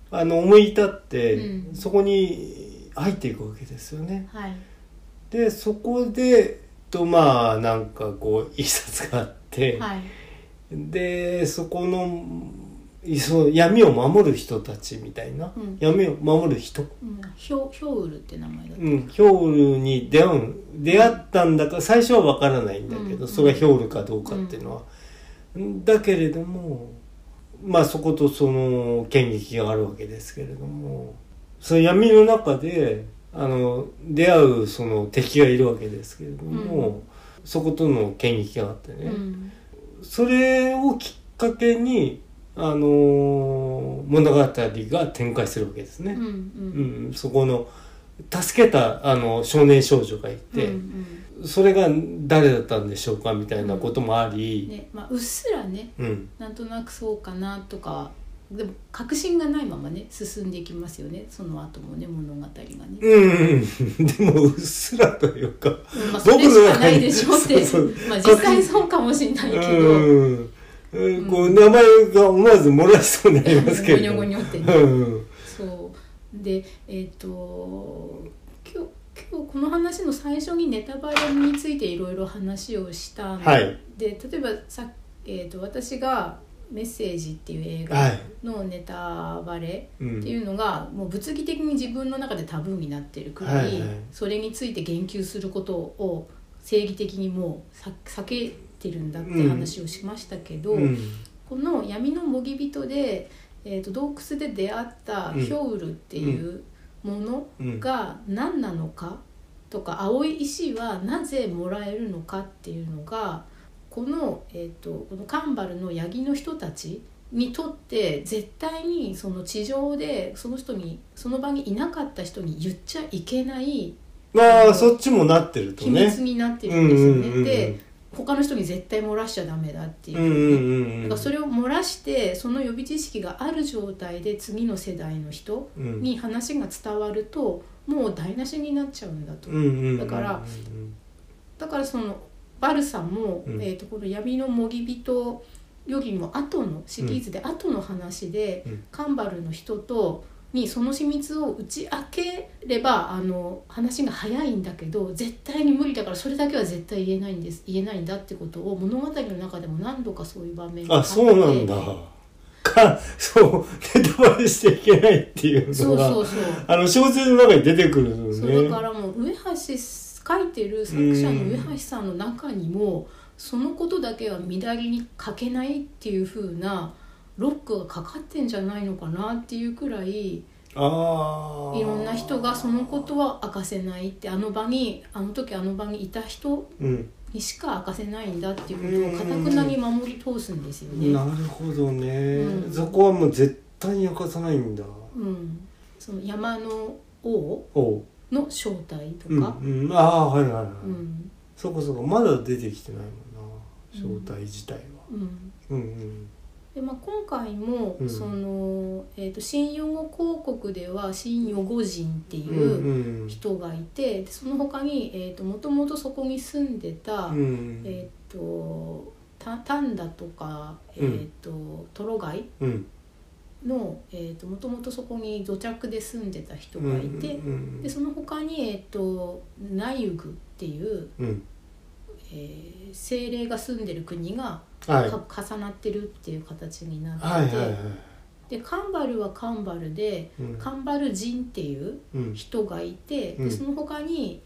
S1: あの思い至って、
S2: うん
S1: そこに入っていくわけですよね。
S2: はい
S1: でそこでとまあなんかこういきさつがあって、
S2: はい
S1: でそこのいそう闇を守る人たちみたいな、
S2: うん
S1: 闇を守る人、
S2: うんヒョヒョウルって名前だった
S1: うん、ヒョウルに出会う出会ったんだか最初は分からないんだけど、
S2: うん
S1: それがヒョウルかどうかっていうのは、だけれどもまあそことその剣撃があるわけですけれどもその闇の中であの出会うその敵がいるわけですけれども、
S2: うん
S1: そことの剣撃があってね、
S2: うん
S1: それをきっかけにあの物語が展開するわけですね。
S2: うんう
S1: うんん、そこの助けたあの少年少女がいて、
S2: うん
S1: それが誰だったんでしょうかみたいなこともあ
S2: うん
S1: り、
S2: ねまあうっすらね
S1: うん
S2: なんとなくそうかなとかでも確信がないままね進んでいきますよねその後もね物語がね、うん
S1: うんうん、でもうっすらというか、
S2: まあ、それしかないでしょっ
S1: 僕の中
S2: て
S1: にそう
S2: まあ実際そうかもしれないけ
S1: う
S2: ど、
S1: んうん、こう名前が思わず漏らしそうになりますけ
S2: ゴ
S1: れ
S2: ニョ
S1: ど
S2: ゴ
S1: も。
S2: ニョってね
S1: うん
S2: そうでえっ、と今日今日この話の最初にネタバレについていろいろ話をしたんで,、
S1: はい
S2: で例えばさ、えー、と私が「メッセージ」っていう映
S1: は
S2: 画
S1: い
S2: のネタバレ
S1: う
S2: ってい
S1: ん
S2: うのが、もう物議的に自分の中でタブーになっているくらい、
S1: はいはい
S2: それについて言及することを正義的にもうさ避けてるんだって話をしましたけど。
S1: うん
S2: この「闇のもぎびとで」えーと洞窟で出会った
S1: うん
S2: ヒョウルっていうもの
S1: うん
S2: が何なのかとか青い石はなぜもらえるのかっていうのがこの,、えー、とこのカンバルのヤギの人たちにとって絶対にその地上でその人にその場にいなかった人に言っちゃいけない
S1: まあそっちもなってると
S2: 秘
S1: ね。
S2: 密になってるんです
S1: う
S2: よね。
S1: んうんうんうん
S2: で他の人に絶対漏らしちゃダメだっていうう。
S1: んうんうんう
S2: だ
S1: ん
S2: からそれを漏らしてその予備知識がある状態で次の世代の人
S1: うん
S2: に話が伝わるともう台無しになっちゃうんだと、
S1: うんうんうん
S2: だからだからそのバルサも、
S1: うん
S2: えー、とこの闇のもぎびとよりも後のシリーズで後の話で、
S1: うん
S2: カンバルの人とにその秘密を打ち明ければあの話が早いんだけど絶対に無理だからそれだけは絶対言えないんです言えないんだってことを物語の中でも何度かそういう場面が
S1: あそうなんだかそうネタバレしちゃいけないっていうのが
S2: そうそうそう
S1: あの小説の中に出てくるのね
S2: そうだからもう上橋書いてる作者の上橋さんの中にもそのことだけは乱れに書けないっていう風なロックがかかってんじゃないのかなっていうくらいい
S1: ああ
S2: ろんな人がそのことは明かせないってあの場にあの時あの場にいた人
S1: うん
S2: にしか明かせないんだっていうことをかたくなに守り通すんですよね。
S1: なるほどね、
S2: うん
S1: そこはもう絶対に明かさないんだ
S2: うん、その山の王
S1: おう、
S2: の正体と
S1: うん
S2: か、
S1: うん、ああはいはいはい、
S2: うん
S1: そこそこまだ出てきてないもんな正体自体は、
S2: うん
S1: うんうん
S2: でまあ、今回も、
S1: うん
S2: その、えー、と新ヨゴ広告では新ヨゴ人って
S1: うんう
S2: いうん人がいて、でその他に、えー、ともともとそこに住んでた、
S1: うん
S2: えっ、とタタンダとか、え
S1: うん
S2: ー、とトロガイ
S1: うん
S2: の、えー、ともともとそこに土着で住んでた人がいて、
S1: うん
S2: でその他に、えー、とナユグっていう、
S1: うん
S2: えー精霊が住んでる国が
S1: はい
S2: か重なってるっていう形になってて、
S1: はいはいはい
S2: でカンバルはカンバルで
S1: うん
S2: カンバル人っていう
S1: うん
S2: 人がいて、
S1: うん
S2: でその他に、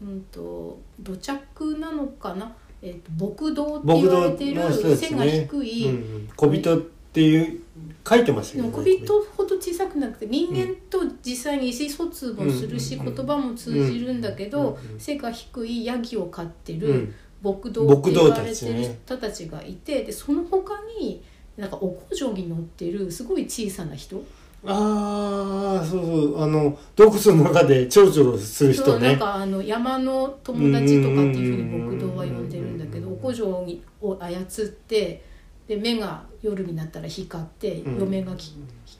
S2: うん、と土着なのかな、えー、と牧道って言われて
S1: 牧道の人
S2: る
S1: たち
S2: 背が
S1: ね
S2: 低い、
S1: うんうん小人っていう書いてました
S2: で
S1: よ
S2: も
S1: ね
S2: 小人ほど小さくなくて人間と実際に意思疎通もするし、
S1: うん
S2: 言葉も通じるんだけど、
S1: うんうん
S2: 背が低いヤギを飼って
S1: う
S2: る
S1: ん
S2: 牧道って言われ
S1: 牧道
S2: てる
S1: たちね
S2: 人たちがいて、でその他になんかお古城に乗ってるすごい小さな人。
S1: ああそうそうあの洞窟の中でちょろちょろする
S2: そう
S1: 人
S2: なん
S1: ね
S2: かあの山の友達とかっていうふ
S1: う
S2: うに
S1: ん
S2: 牧道は呼んでるんだけど
S1: うん
S2: お古城にを操ってで目が夜になったら光って
S1: うん
S2: 嫁がき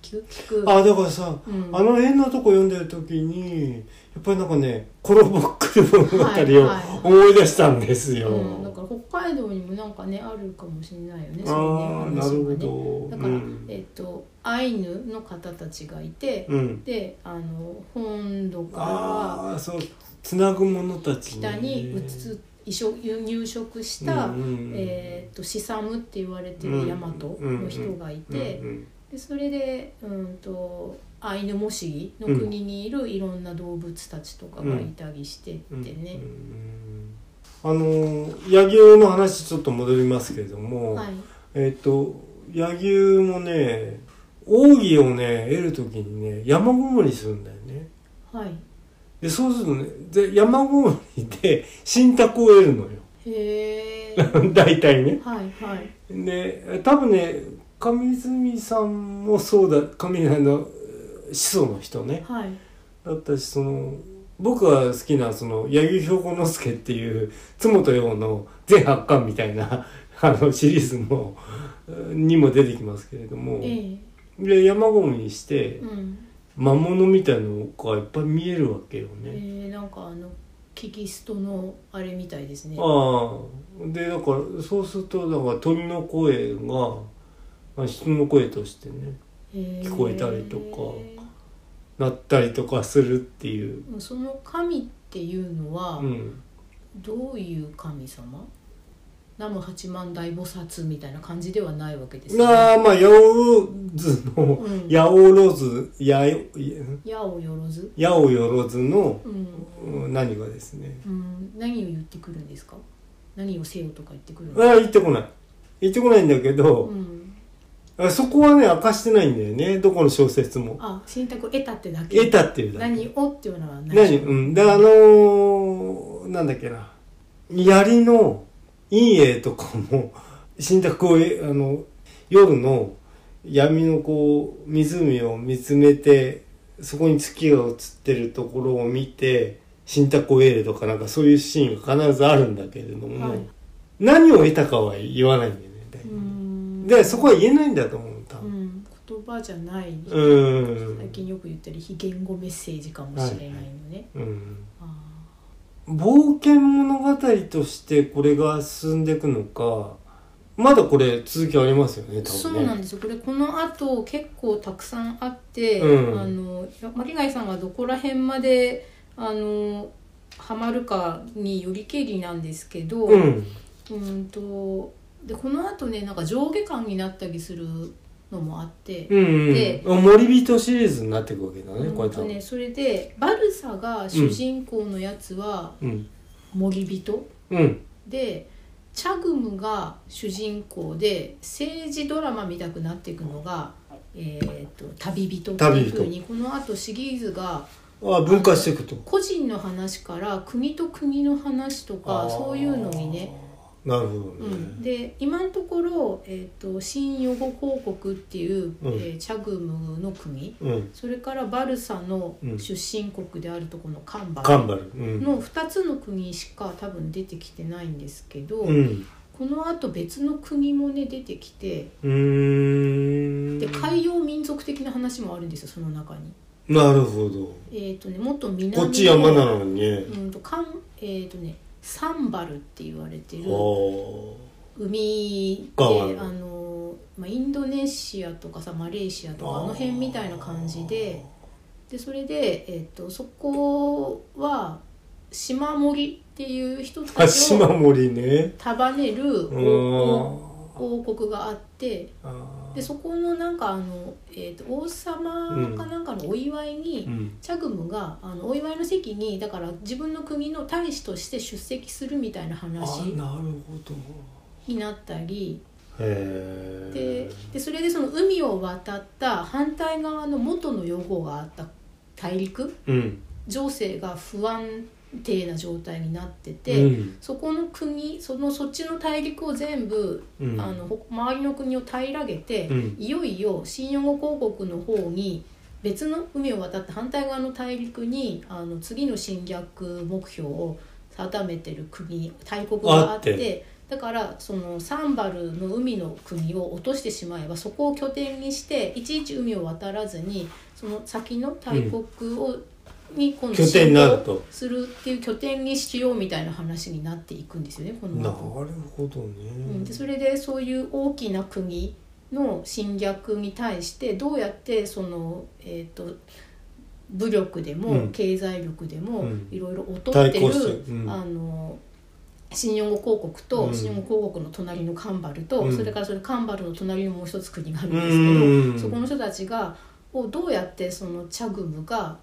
S2: 聞く聞く、
S1: あだからさ
S2: うん
S1: あの辺のとこ読んでる時にやっぱりなんかね「コロボックル物語」を思い出したんですよ。
S2: うん、だから北海道にもなんかねあるかもしれないよね
S1: ああ
S2: ういうね
S1: な
S2: 話が
S1: る
S2: ね
S1: ほど。
S2: だから、
S1: うん
S2: えっとアイヌの方たちがいて、
S1: うん、
S2: であの本土からは
S1: ああそうつなぐ者たち、
S2: 北に移移植入植した、
S1: うんうん
S2: えー、とシサムって言われてる大和の人がいて、
S1: うんうん
S2: でそれで、うん、とアイヌモシギの国にいるいろんな動物たちとかがいたりしてって
S1: うん
S2: ね、
S1: うんうんあの柳生の話ちょっと戻りますけれども、
S2: はい、
S1: えっ、と柳生もね奥義をね得る時にね山ごもりするんだよね。
S2: はい、
S1: でそうするとねで山ごもりで信託を得るのよ
S2: へえ
S1: 大体ね。
S2: はいはい
S1: で多分ね上泉さんもそうだ上泉のえー始祖の人ね
S2: はい
S1: だったしその僕が好きなその柳生兵庫之助っていう妻と陽の全八巻みたいな あのシリーズもにも出てきますけれども、
S2: え
S1: で山ごもりして
S2: えうん
S1: 魔物みたいのがいっぱい見えるわけよね。
S2: えー、なんかあのキキストのあれみたいですね
S1: ああでだからそうするとだから鳥の声が、まあ、人の声としてね
S2: 聞
S1: 聞こえたりとか鳴ったりとかするっていう、
S2: その神っていうのは、
S1: うん、
S2: どういう神様南無八万大菩薩みたいな感じではないわけです
S1: まあまあ八百図の
S2: うん、
S1: 八百ず八百
S2: 矢をよろず、
S1: 八百万の
S2: うん
S1: うん何がですね
S2: うん、何を言ってくるんですか何をせよとか言ってくるん
S1: ああ言ってこない言ってこないんだけ
S2: う
S1: ど、
S2: ん、
S1: あそこはね明かしてないんだよねどこの小説も
S2: あ選択を得たってだけ
S1: 得たっていうだけ
S2: 何をっていうのはない
S1: 何うん。で、あのー、なんだっけな。槍の陰影とかも、 信託を、えあの、夜の闇のこう、湖を見つめて、そこに月が映ってるところを見て、信託を得るとかなんかそういうシーンが必ずあるんだけれども、
S2: はい
S1: 何を得たかは言わないんだよね大
S2: う
S1: 体。
S2: ん
S1: で、そこは言えないんだと思う、多
S2: う
S1: 分。
S2: ん、言葉じゃない、
S1: うん。
S2: 最近よく言ったり非言語メッセージかもしれないのね、
S1: うん。
S2: あ
S1: 冒険物語としてこれが進んでいくのかまだこれ続きありますよね
S2: ー
S1: 多分ね
S2: そうなんですよこれこの後結構たくさんあって、
S1: うん
S2: あの巻貝さんがどこら辺まであのハマるかによりけりなんですけど、
S1: うん
S2: うんとでこのあとねなんか上下巻になったりするのもあって、
S1: うんうん
S2: で
S1: 森人シリーズになっていくわけだね、こう
S2: う
S1: や
S2: ん
S1: っ
S2: と
S1: て
S2: ね、それでバルサが主人公のやつは
S1: うん
S2: 森人
S1: うん
S2: でチャグムが主人公で政治ドラマみたくなっていくのが、えー、と旅人っていうふうにこのあとシリーズが
S1: あ分化していくと
S2: 個人の話から国と国の話とか
S1: ー
S2: そういうのにね
S1: なるほどね、
S2: うん、で今のところ、えー、と新予後公国っていう、
S1: うん
S2: えーチャグムの国
S1: うん、
S2: それからバルサの
S1: うん
S2: 出身国であるところのカンバ
S1: 頑張るうん、
S2: の2つの国しか多分出てきてないんですけど、
S1: うん、
S2: このあと別の国もね出てきて
S1: うーん
S2: で海洋民族的な話もあるんですよその中に。
S1: なるほど
S2: えーとね、もっと南の
S1: こっち山なのにね、
S2: うんとかんえーとね、サンバルって言われてる
S1: お
S2: 海であ
S1: 川
S2: の、まあ、インドネシアとかさマレーシアとかあの辺みたいな感じででそれで、えー、とそこは島森っていう人
S1: あ
S2: たち
S1: 島
S2: を
S1: 森ね
S2: 束ねる
S1: う
S2: 王
S1: ん
S2: 王国があって
S1: あー
S2: でそこのなんかあの、えー、と王様かなんかのお祝いに、
S1: うん
S2: チャグムがあのお祝いの席にだから自分の国の大使として出席するみたいな
S1: あ
S2: 話
S1: なるほど
S2: になったり
S1: へ
S2: で
S1: え
S2: でそれでその海を渡った反対側の元の予号があった大陸
S1: うん
S2: 情勢が不安定な状態になって
S1: う
S2: て、
S1: ん
S2: そこの国そのそっちの大陸を全部、
S1: うん、
S2: あのほ周りの国を平らげて、
S1: うん
S2: いよいよ新四国公国の方に別の海を渡って反対側の大陸にあの次の侵略目標を定めてる国大国があって
S1: あって
S2: だからそのサンバルの海の国を落としてしまえばそこを拠点にしていちいち海を渡らずにその先の大国を、に今度
S1: 拠点になると
S2: 侵攻するっていう拠点にしようみたいな話になっていくんですよねこの
S1: なる
S2: 後
S1: ほどね、
S2: うん、でそれでそういう大きな国の侵略に対してどうやってその、えー、と武力で
S1: う
S2: も
S1: ん
S2: 経済力でも
S1: うん
S2: いろいろ劣って
S1: 対
S2: る、
S1: 抗してるうん
S2: あの新四国公国と、
S1: うん
S2: 新四国公国の隣のカンバルと、
S1: うん
S2: それからそれカンバルの隣にもう一つ国があるんですけど、
S1: うん
S2: そこの人たちがをどうやってそのチャグムが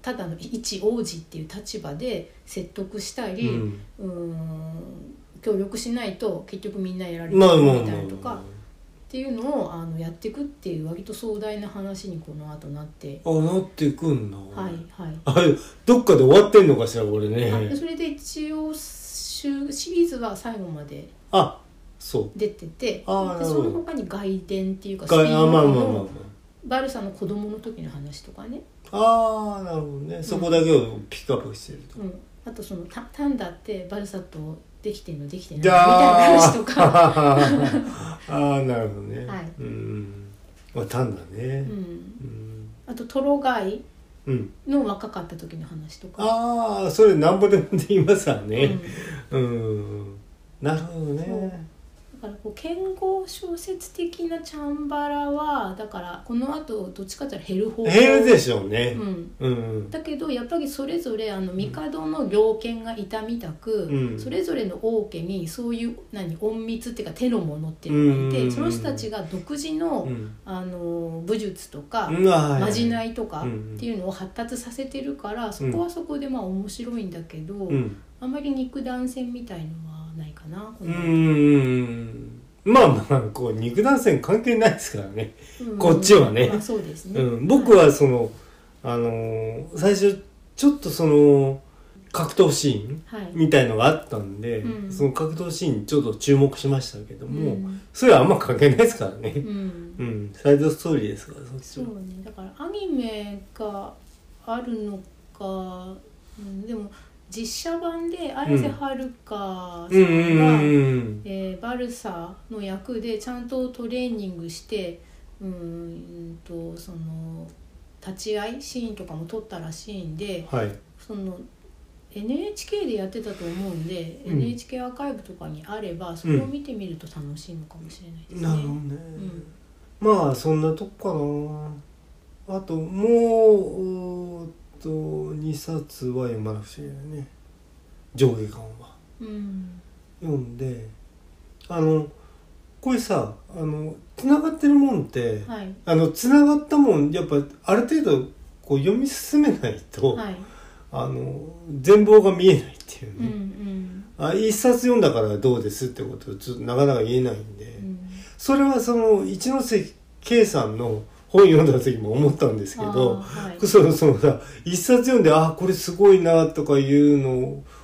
S2: ただの一王子っていう立場で説得したり、
S1: うん
S2: うーん協力しないと結局みんなやられてるみ
S1: まあまあまあ
S2: たいなとかっていうのをあのやっていくっていう割と壮大な話にこの後なって、
S1: あなってくんな
S2: はいはい、
S1: あどっかで終わってんのかしらこれ
S2: あで
S1: ね
S2: それで一応シシリーズは最後まで
S1: あそう
S2: 出ててで
S1: あーなるほ
S2: そ
S1: ど
S2: の他に外伝っていうかスピン
S1: があまあまあ
S2: オフ
S1: まあ
S2: のバルサの子供の時の話とかね、
S1: まああーなるほどねそこだけをピックアップしてると、
S2: うん、あとそのタタンダってバルサとできてんのできてないみ
S1: じ
S2: たい
S1: ゃ
S2: な
S1: あ
S2: 話とか、
S1: あーなるほどね、
S2: はい
S1: うんまあ単だ
S2: う
S1: ね
S2: ん、
S1: うん、
S2: あとトロガイ
S1: うん、
S2: の若かった時の話とか。
S1: ああそれなんぼでも言いますわ
S2: う
S1: ね
S2: ん
S1: うん、なるほどね
S2: だからこう剣豪小説的なチャンバラはだからこの後どっちかっていうと減る方向
S1: 減るでしょうね
S2: うん、
S1: うん
S2: だけどやっぱりそれぞれあの帝の猟犬がいたみたく、
S1: うん
S2: それぞれの王家にそういう何隠密っていうか手の者っていうのがいて、
S1: うん
S2: その人たちが独自の,、
S1: うん
S2: あの武術とか、
S1: うんあー
S2: まじないいとかっていうのを発達させてるから、そこはそこでまあ面白いんだけど、
S1: うん
S2: あんまり肉弾戦みたいのはないかな。こ
S1: う
S2: の
S1: んまあまあこう肉弾戦関係ないですからね、
S2: うん
S1: こっちはね
S2: まあ、そうですね、
S1: うん、僕はその、あのー最初ちょっとその格闘シーン
S2: はい、
S1: みたいのがあったんで、
S2: うん
S1: その格闘シーンにちょっと注目しましたけども、
S2: うん
S1: それはあんま関係ないですからね
S2: う、ん
S1: うんサイドストーリーですからそっち
S2: そう
S1: は
S2: ねだからアニメがあるのか、うん、でも実写版で綾瀬はるかさ
S1: うんうんんう
S2: が、
S1: んうん
S2: えーバルサの役でちゃんとトレーニングしてうーんとその立ち会いシーンとかも撮ったらしいんで
S1: はい
S2: その NHK でやってたと思うんで、
S1: うん
S2: NHK アーカイブとかにあればそれを見てみると楽しいのかもしれないですね。
S1: なるほどね、
S2: ん
S1: まあそんなとこかなあともううーっと2冊は読まなくちゃいけないね上下巻は
S2: うん
S1: 読んであのこれさあの繋がってるもんって、
S2: はい
S1: あの繋がったもんやっぱある程度こう読み進めないと、
S2: はい
S1: あの全貌が見えないっていう
S2: うんう
S1: ね、
S2: ん
S1: あ一冊読んだからどうですってことをちょっとなかなか言えないんで、
S2: うん
S1: それはその一ノ瀬圭さんの本読んだ時も思ったんですけど、
S2: あーはい
S1: そのそのさ一冊読んであこれすごいなとかいうの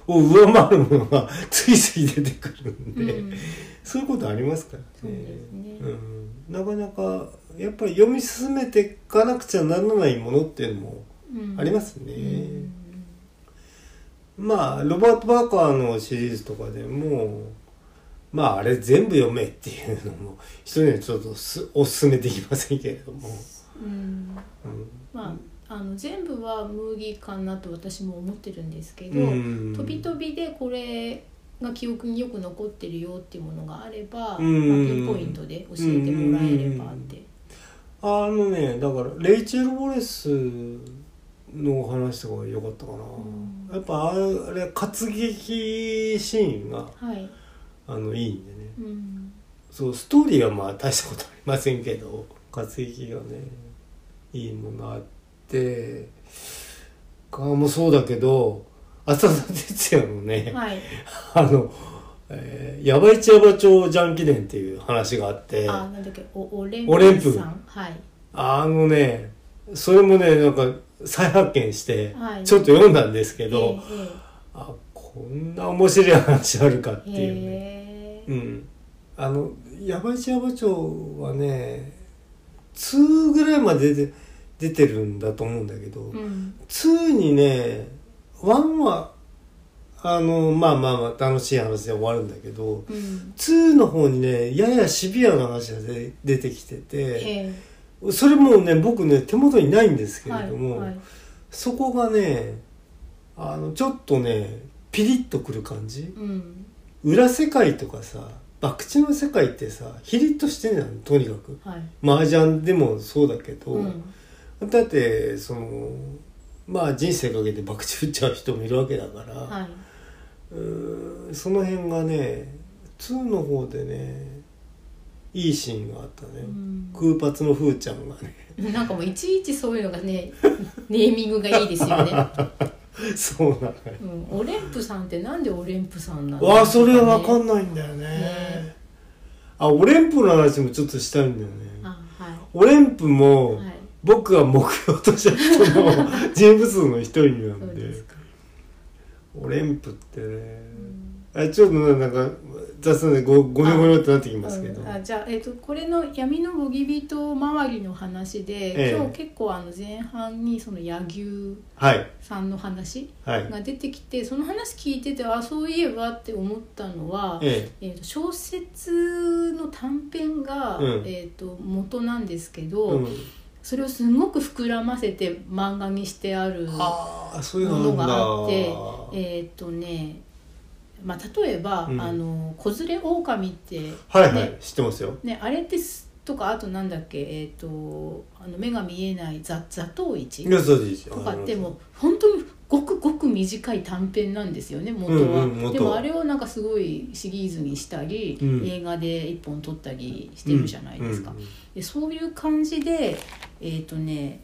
S1: を上回るものがついつい出てくるんで、
S2: うん
S1: そういうことありますからね
S2: そうですね
S1: うん、なかなかやっぱり読み進めていかなくちゃならないものっていうのも
S2: うん
S1: ありますね、
S2: うん
S1: まあロバート・バーカーのシリーズとかでもまああれ全部読めっていうのも人にはちょっとすおすすめできませんけれども、う
S2: うん
S1: ん
S2: まああの全部は麦かなと私も思ってるんですけど、
S1: うん
S2: とびとびでこれが記憶によく残ってるよっていうものがあれば、
S1: うん
S2: まあ、ピンポイントで教えてもらえればって、
S1: あのねだからレイチェル・ボレスのお話とかが良かったかな、
S2: ん
S1: やっぱあれ活劇シーンが
S2: はい、
S1: あのいいんでね
S2: うん、
S1: そうストーリーはまあ大したことありませんけど活劇がねいいものあって顔もそうだけど浅田哲也のね、
S2: はい、
S1: あの、えーヤバいちヤバ町ジャン記念っていう話があって
S2: あなんだっけおおれん
S1: おれんぷ
S2: ぷ
S1: ん
S2: んさんはい
S1: あのねそれもねなんか再発見して
S2: はい
S1: ちょっと読んだんですけ
S2: え
S1: ど、
S2: え
S1: あこんな面白い話あるかって
S2: え
S1: いうね。
S2: ええ
S1: うん、あの山市山町はね2ぐらいまで出て出てるんだと思うんだけど、
S2: うん
S1: 2にね1はあのまあまあまあ楽しい話で終わるんだけど
S2: うん
S1: 2の方にねややシビアな話がで出てきてて
S2: え
S1: それもね僕ね手元にないんです
S2: え
S1: けれ
S2: はい
S1: ども、
S2: はい
S1: そこがねあのちょっとねピリッとくる感じ。
S2: うん
S1: 裏世界とかさ博打の世界ってさヒリッとしてんじゃんとにかく
S2: はい
S1: 麻雀でもそうだけど、
S2: うん
S1: だってそのまあ人生かけて博打打っちゃう人もいるわけだから、
S2: は
S1: うーんその辺がね2の方でねいいシーンがあったね
S2: い、うん
S1: 空髪のふーちゃんが ね
S2: なんかもういちいちそういうのがねネーミングがいいですよ ね、
S1: そうなのよ
S2: うん、オレンプさんってなんでオレンプさんなの
S1: わあそれは分か
S2: い
S1: んないんだよね
S2: ね
S1: あオレンプの話もちょっとしたいんだよね
S2: あは
S1: オレンプも、
S2: いはい
S1: 僕が目標とした人の人物の一人な
S2: そうん
S1: で
S2: ですか、
S1: オレンプってね
S2: うん
S1: あちょっとなんか雑談でごごにょごにょってなってきますけど
S2: あじゃあ、えっと、これの闇のボギビト周りの話で、
S1: ええ
S2: 今日結構あの前半にその柳生
S1: はい
S2: さんの話
S1: はい
S2: が出てきてその話聞いててあそういえばって思ったのは、え
S1: え
S2: っと小説の短編が、
S1: うん
S2: えっと元なんですけ
S1: え、
S2: ど、
S1: うん、
S2: それをすごく膨らませて漫画にしてある
S1: ああそういう
S2: もの
S1: の
S2: があって
S1: あるんだ
S2: えーっ、とね、まあ、例えば、
S1: うん
S2: あの子連れ狼って、ね
S1: はいはい、知ってますよ
S2: ね、あれってすとかあとなんだっけ、えーっとあの目が見えない座座頭市
S1: いやそうですよ
S2: とかってもう本当にごくごく短い短編なんですよね元は、
S1: うんうん元は
S2: でもあれをなんかすごいシリーズにしたり、
S1: うん
S2: 映画で一本撮ったりしてるじゃないですか、
S1: うんうん
S2: でそういう感じでえーっ、とね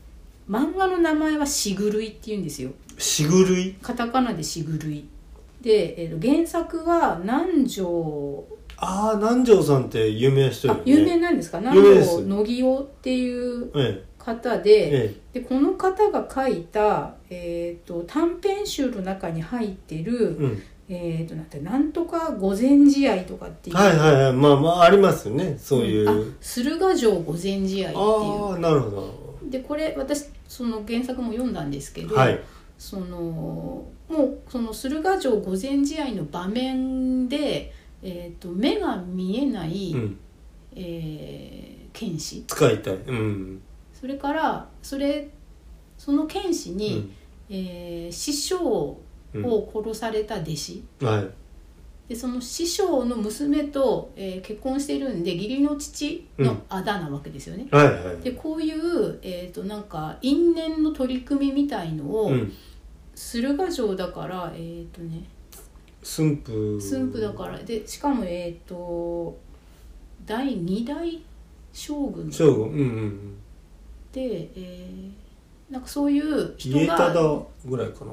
S2: 漫画の名前は「しぐるい」っていうんですよ
S1: しぐるい
S2: カタカナで「しぐるい」で、えーと原作は南條
S1: ああ南條さんって有名な人よ
S2: あ
S1: ね
S2: 有名なんですか南
S1: 有名です
S2: 條乃木夫っていう
S1: え
S2: 方
S1: え
S2: で
S1: え
S2: でこの方が書いた、えー、と短編集の中に入って
S1: え
S2: る
S1: うん
S2: 「えー、となんてなんとか御前試合」とかっていう、
S1: はいはいはいまあまあありますよねそういう、
S2: あ駿河城御前試合ってい
S1: ああなるほど
S2: うでこれ私その原作も読んだんですけど、
S1: はい
S2: そのもうその駿河城御前試合の場面で、えー、と目が見えない、
S1: うん
S2: えー剣士
S1: 使いたいうん
S2: それからそれその剣士
S1: う
S2: に
S1: ん、
S2: えー師匠を
S1: うん
S2: 殺された弟子、
S1: はい
S2: でその師匠の娘と、えー結婚してるんで義理の父
S1: うん
S2: のあだなわけですよね。
S1: はいはい
S2: でこういう、えー、となんか因縁の取り組みみたいのを、
S1: うん、
S2: 駿河城だからえっ、とね
S1: 駿府
S2: 駿府だからでしかもえっ、と第二代将軍
S1: 正吾うんうん
S2: で、えーなんかそういう人
S1: 家
S2: が
S1: 忠ぐらいかな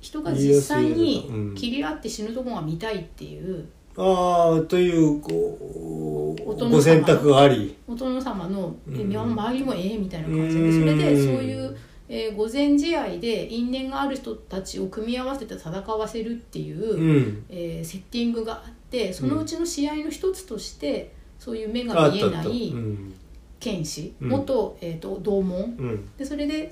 S2: 人が実際
S1: 家康よりかう
S2: に
S1: ん
S2: 切り合って死ぬとこが見たいっていう
S1: ああというこう
S2: お殿様
S1: ご選択があり
S2: お殿様の、え
S1: うん
S2: 周りもええみたいな感じでそれでそういう、えー、御前試合で因縁がある人たちを組み合わせて戦わせるっていう、
S1: うん
S2: えーセッティングがあってそのうちの試合の一つとして、そういう目
S1: あ
S2: が
S1: っ
S2: 見
S1: た
S2: え
S1: あっ
S2: な
S1: たう
S2: い
S1: ん
S2: 剣士、
S1: うん
S2: 元、えー、と同門
S1: うん
S2: でそれで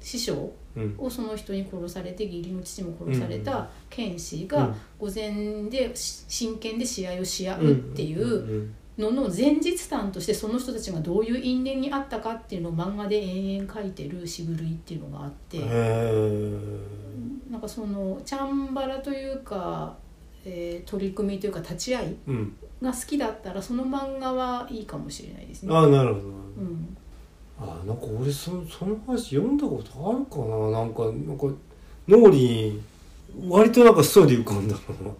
S2: 師匠
S1: うん
S2: をその人に殺されて義理の父も殺され
S1: うん
S2: た剣士
S1: うん
S2: が御前でし真剣で試合をし合うっていうのの前日談としてその人たちがどういう因縁にあったかっていうのを漫画で延々書いてるしぐるいっていうのがあって
S1: へえ
S2: なんかそのチャンバラというか、えー取り組みというか立ち会い
S1: うん
S2: が好きだったらその漫画はいいかもしれないですね。
S1: ああなるほど
S2: うん、
S1: あなんか俺そその話読んだことあるかななんかなんか脳裏に割となんかストーリー浮かんだ
S2: も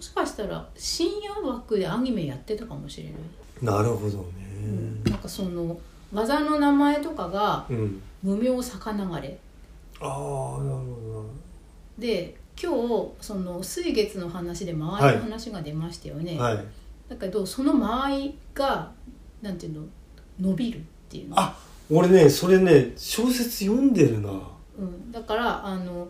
S2: しかしたら深夜枠でアニメやってたかもしれない。
S1: ななるほどね
S2: なんかその技の名前とかが
S1: うん、
S2: 「無名逆流れ
S1: ああなるほ」
S2: で今日その水月の話で間合いの話が出ましたよね、
S1: どなはい
S2: だけどその間合いがなんていうの伸びるっていうの、
S1: あ俺ねそれね小説読んでるな
S2: うん、だからあの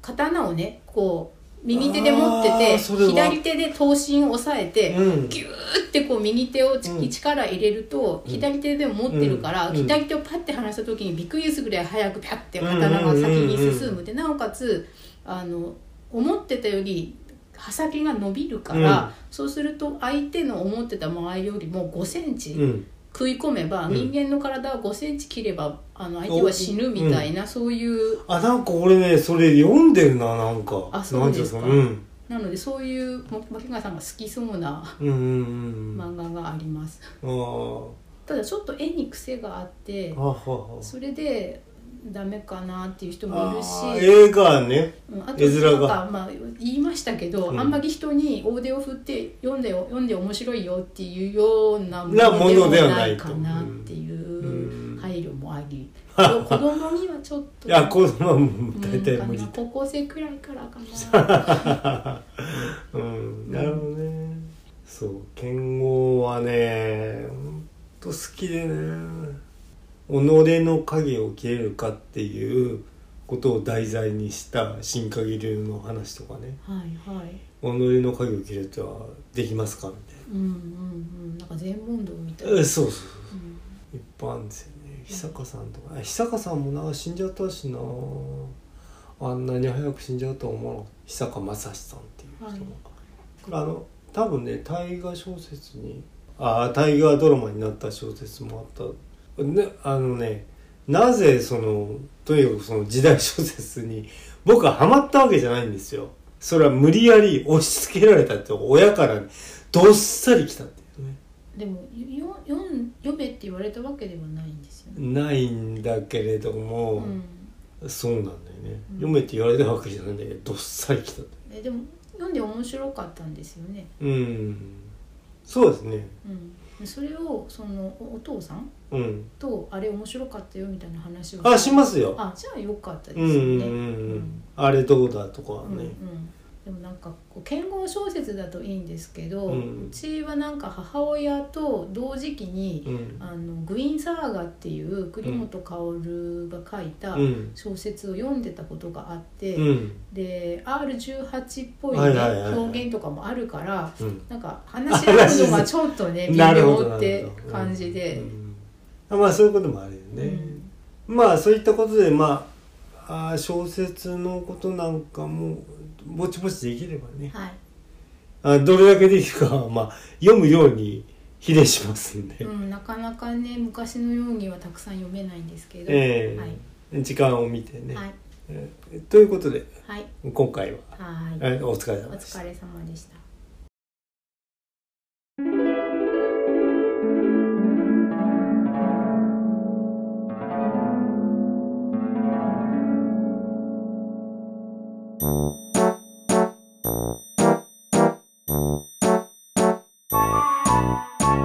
S2: 刀をねこう右手で持って
S1: あ
S2: て
S1: ーそれは
S2: 左手で刀身を押さえて、
S1: うん
S2: ギューってこう右手をち
S1: うん
S2: 力入れると
S1: うん
S2: 左手でも持ってるから
S1: うん
S2: 左手をパッて離した時にびっくりするぐらい早くパッて刀が先に進むでなおかつあの思ってたより刃先が伸びるからそうすると相手の思ってた間合いよりも5センチ
S1: うん
S2: 食い込めば
S1: うん
S2: 人間の体は5センチ切ればあの相手は死ぬみたいなそういう
S1: あなんか俺ねそれ読んでるななんか
S2: あそうですか
S1: なんていうん
S2: なのでそういう牧川さんが好きそうな
S1: かうんうんうんうんあ
S2: 漫画があります。
S1: ー
S2: ただちょっと絵に癖があって
S1: あはは
S2: それでダメかなっていう人もいる
S1: あー
S2: し
S1: 映画ね
S2: うんあと
S1: 絵面
S2: なん
S1: が
S2: か、まあ、言いましたけど、
S1: うん
S2: あんまり人に大手を振って読んでよ読んで面白いよっていうようなも
S1: なもの
S2: の
S1: で
S2: で
S1: は
S2: は
S1: な
S2: ないい
S1: と
S2: かなっていう
S1: うん
S2: 配慮もあ り、子供にはちょっと
S1: いや子供はも
S2: う
S1: うん大体無理
S2: か
S1: だ
S2: な高校生くらいから かな
S1: うんなるほどねそう剣豪はねほんと好きでね己の影を切れるかっていうことを題材にした新影流の話とかね
S2: はいはい
S1: 己の影を切れてはできますかみ
S2: うんうんうんなんか全問答みた
S1: たい
S2: い
S1: な
S2: な、
S1: えそうそう
S2: うん
S1: いっぱいあるんですよね久香さんとかあ久香さんもな死んじゃったしなあんなに早く死んじゃうとは思わなかった久香正史さんっていう人が、
S2: はい
S1: これあの多分ね大河小説にあ大河ドラマになった小説もあった、ね、あのねなぜそのとにかくその時代小説に僕はハマったわけじゃないんですよそれは無理やり押し付けられたって親からどっさり来たっていうね
S2: でもよよん読めって言われたわけではないんですよね、
S1: ないんだけれども、
S2: うん
S1: そうなんだよね、
S2: うん
S1: 読めって言われたわけじゃないんだけどどっさり来た
S2: えでも読んで面白かったんですよね、
S1: うんそうですね
S2: うん、それをそのおお父さん
S1: うん
S2: とあれ面白かったよみたいな話を
S1: あしますよ
S2: あじゃあよかったです
S1: う
S2: よ
S1: ん
S2: ね、
S1: うんうんうんあれどうだとか
S2: うんう
S1: ね
S2: んでもなんかこう剣豪小説だといいんですけど、
S1: う
S2: うんちはなんか母親と同時期に
S1: う、ん
S2: あのグイーンサーガっていう栗本薫が書いた
S1: うん
S2: 小説を読んでたことがあって、
S1: うん
S2: で R18 っぽい,、ね
S1: はいはいはいはい
S2: 表現とかもあるから
S1: うん
S2: なんか話し合うのがちょっとね 微
S1: なるほ
S2: 妙
S1: ど
S2: って感じで、
S1: うんうんまあそういうこともあるよ
S2: う
S1: ね、
S2: ん
S1: まあそういったことでまああー小説のことなんかもぼちぼちできればね
S2: は
S1: あどれだけできるかはまあ読むように比例しますんで、
S2: い、うん、なかなかね昔のようにはたくさん読めないんですけど、
S1: ええ
S2: はい
S1: 時間を見てね、
S2: はい
S1: えーということで
S2: はい
S1: 今回は、
S2: はい
S1: えーお疲れ
S2: お
S1: 様でした
S2: 疲。れ様でした。
S3: 「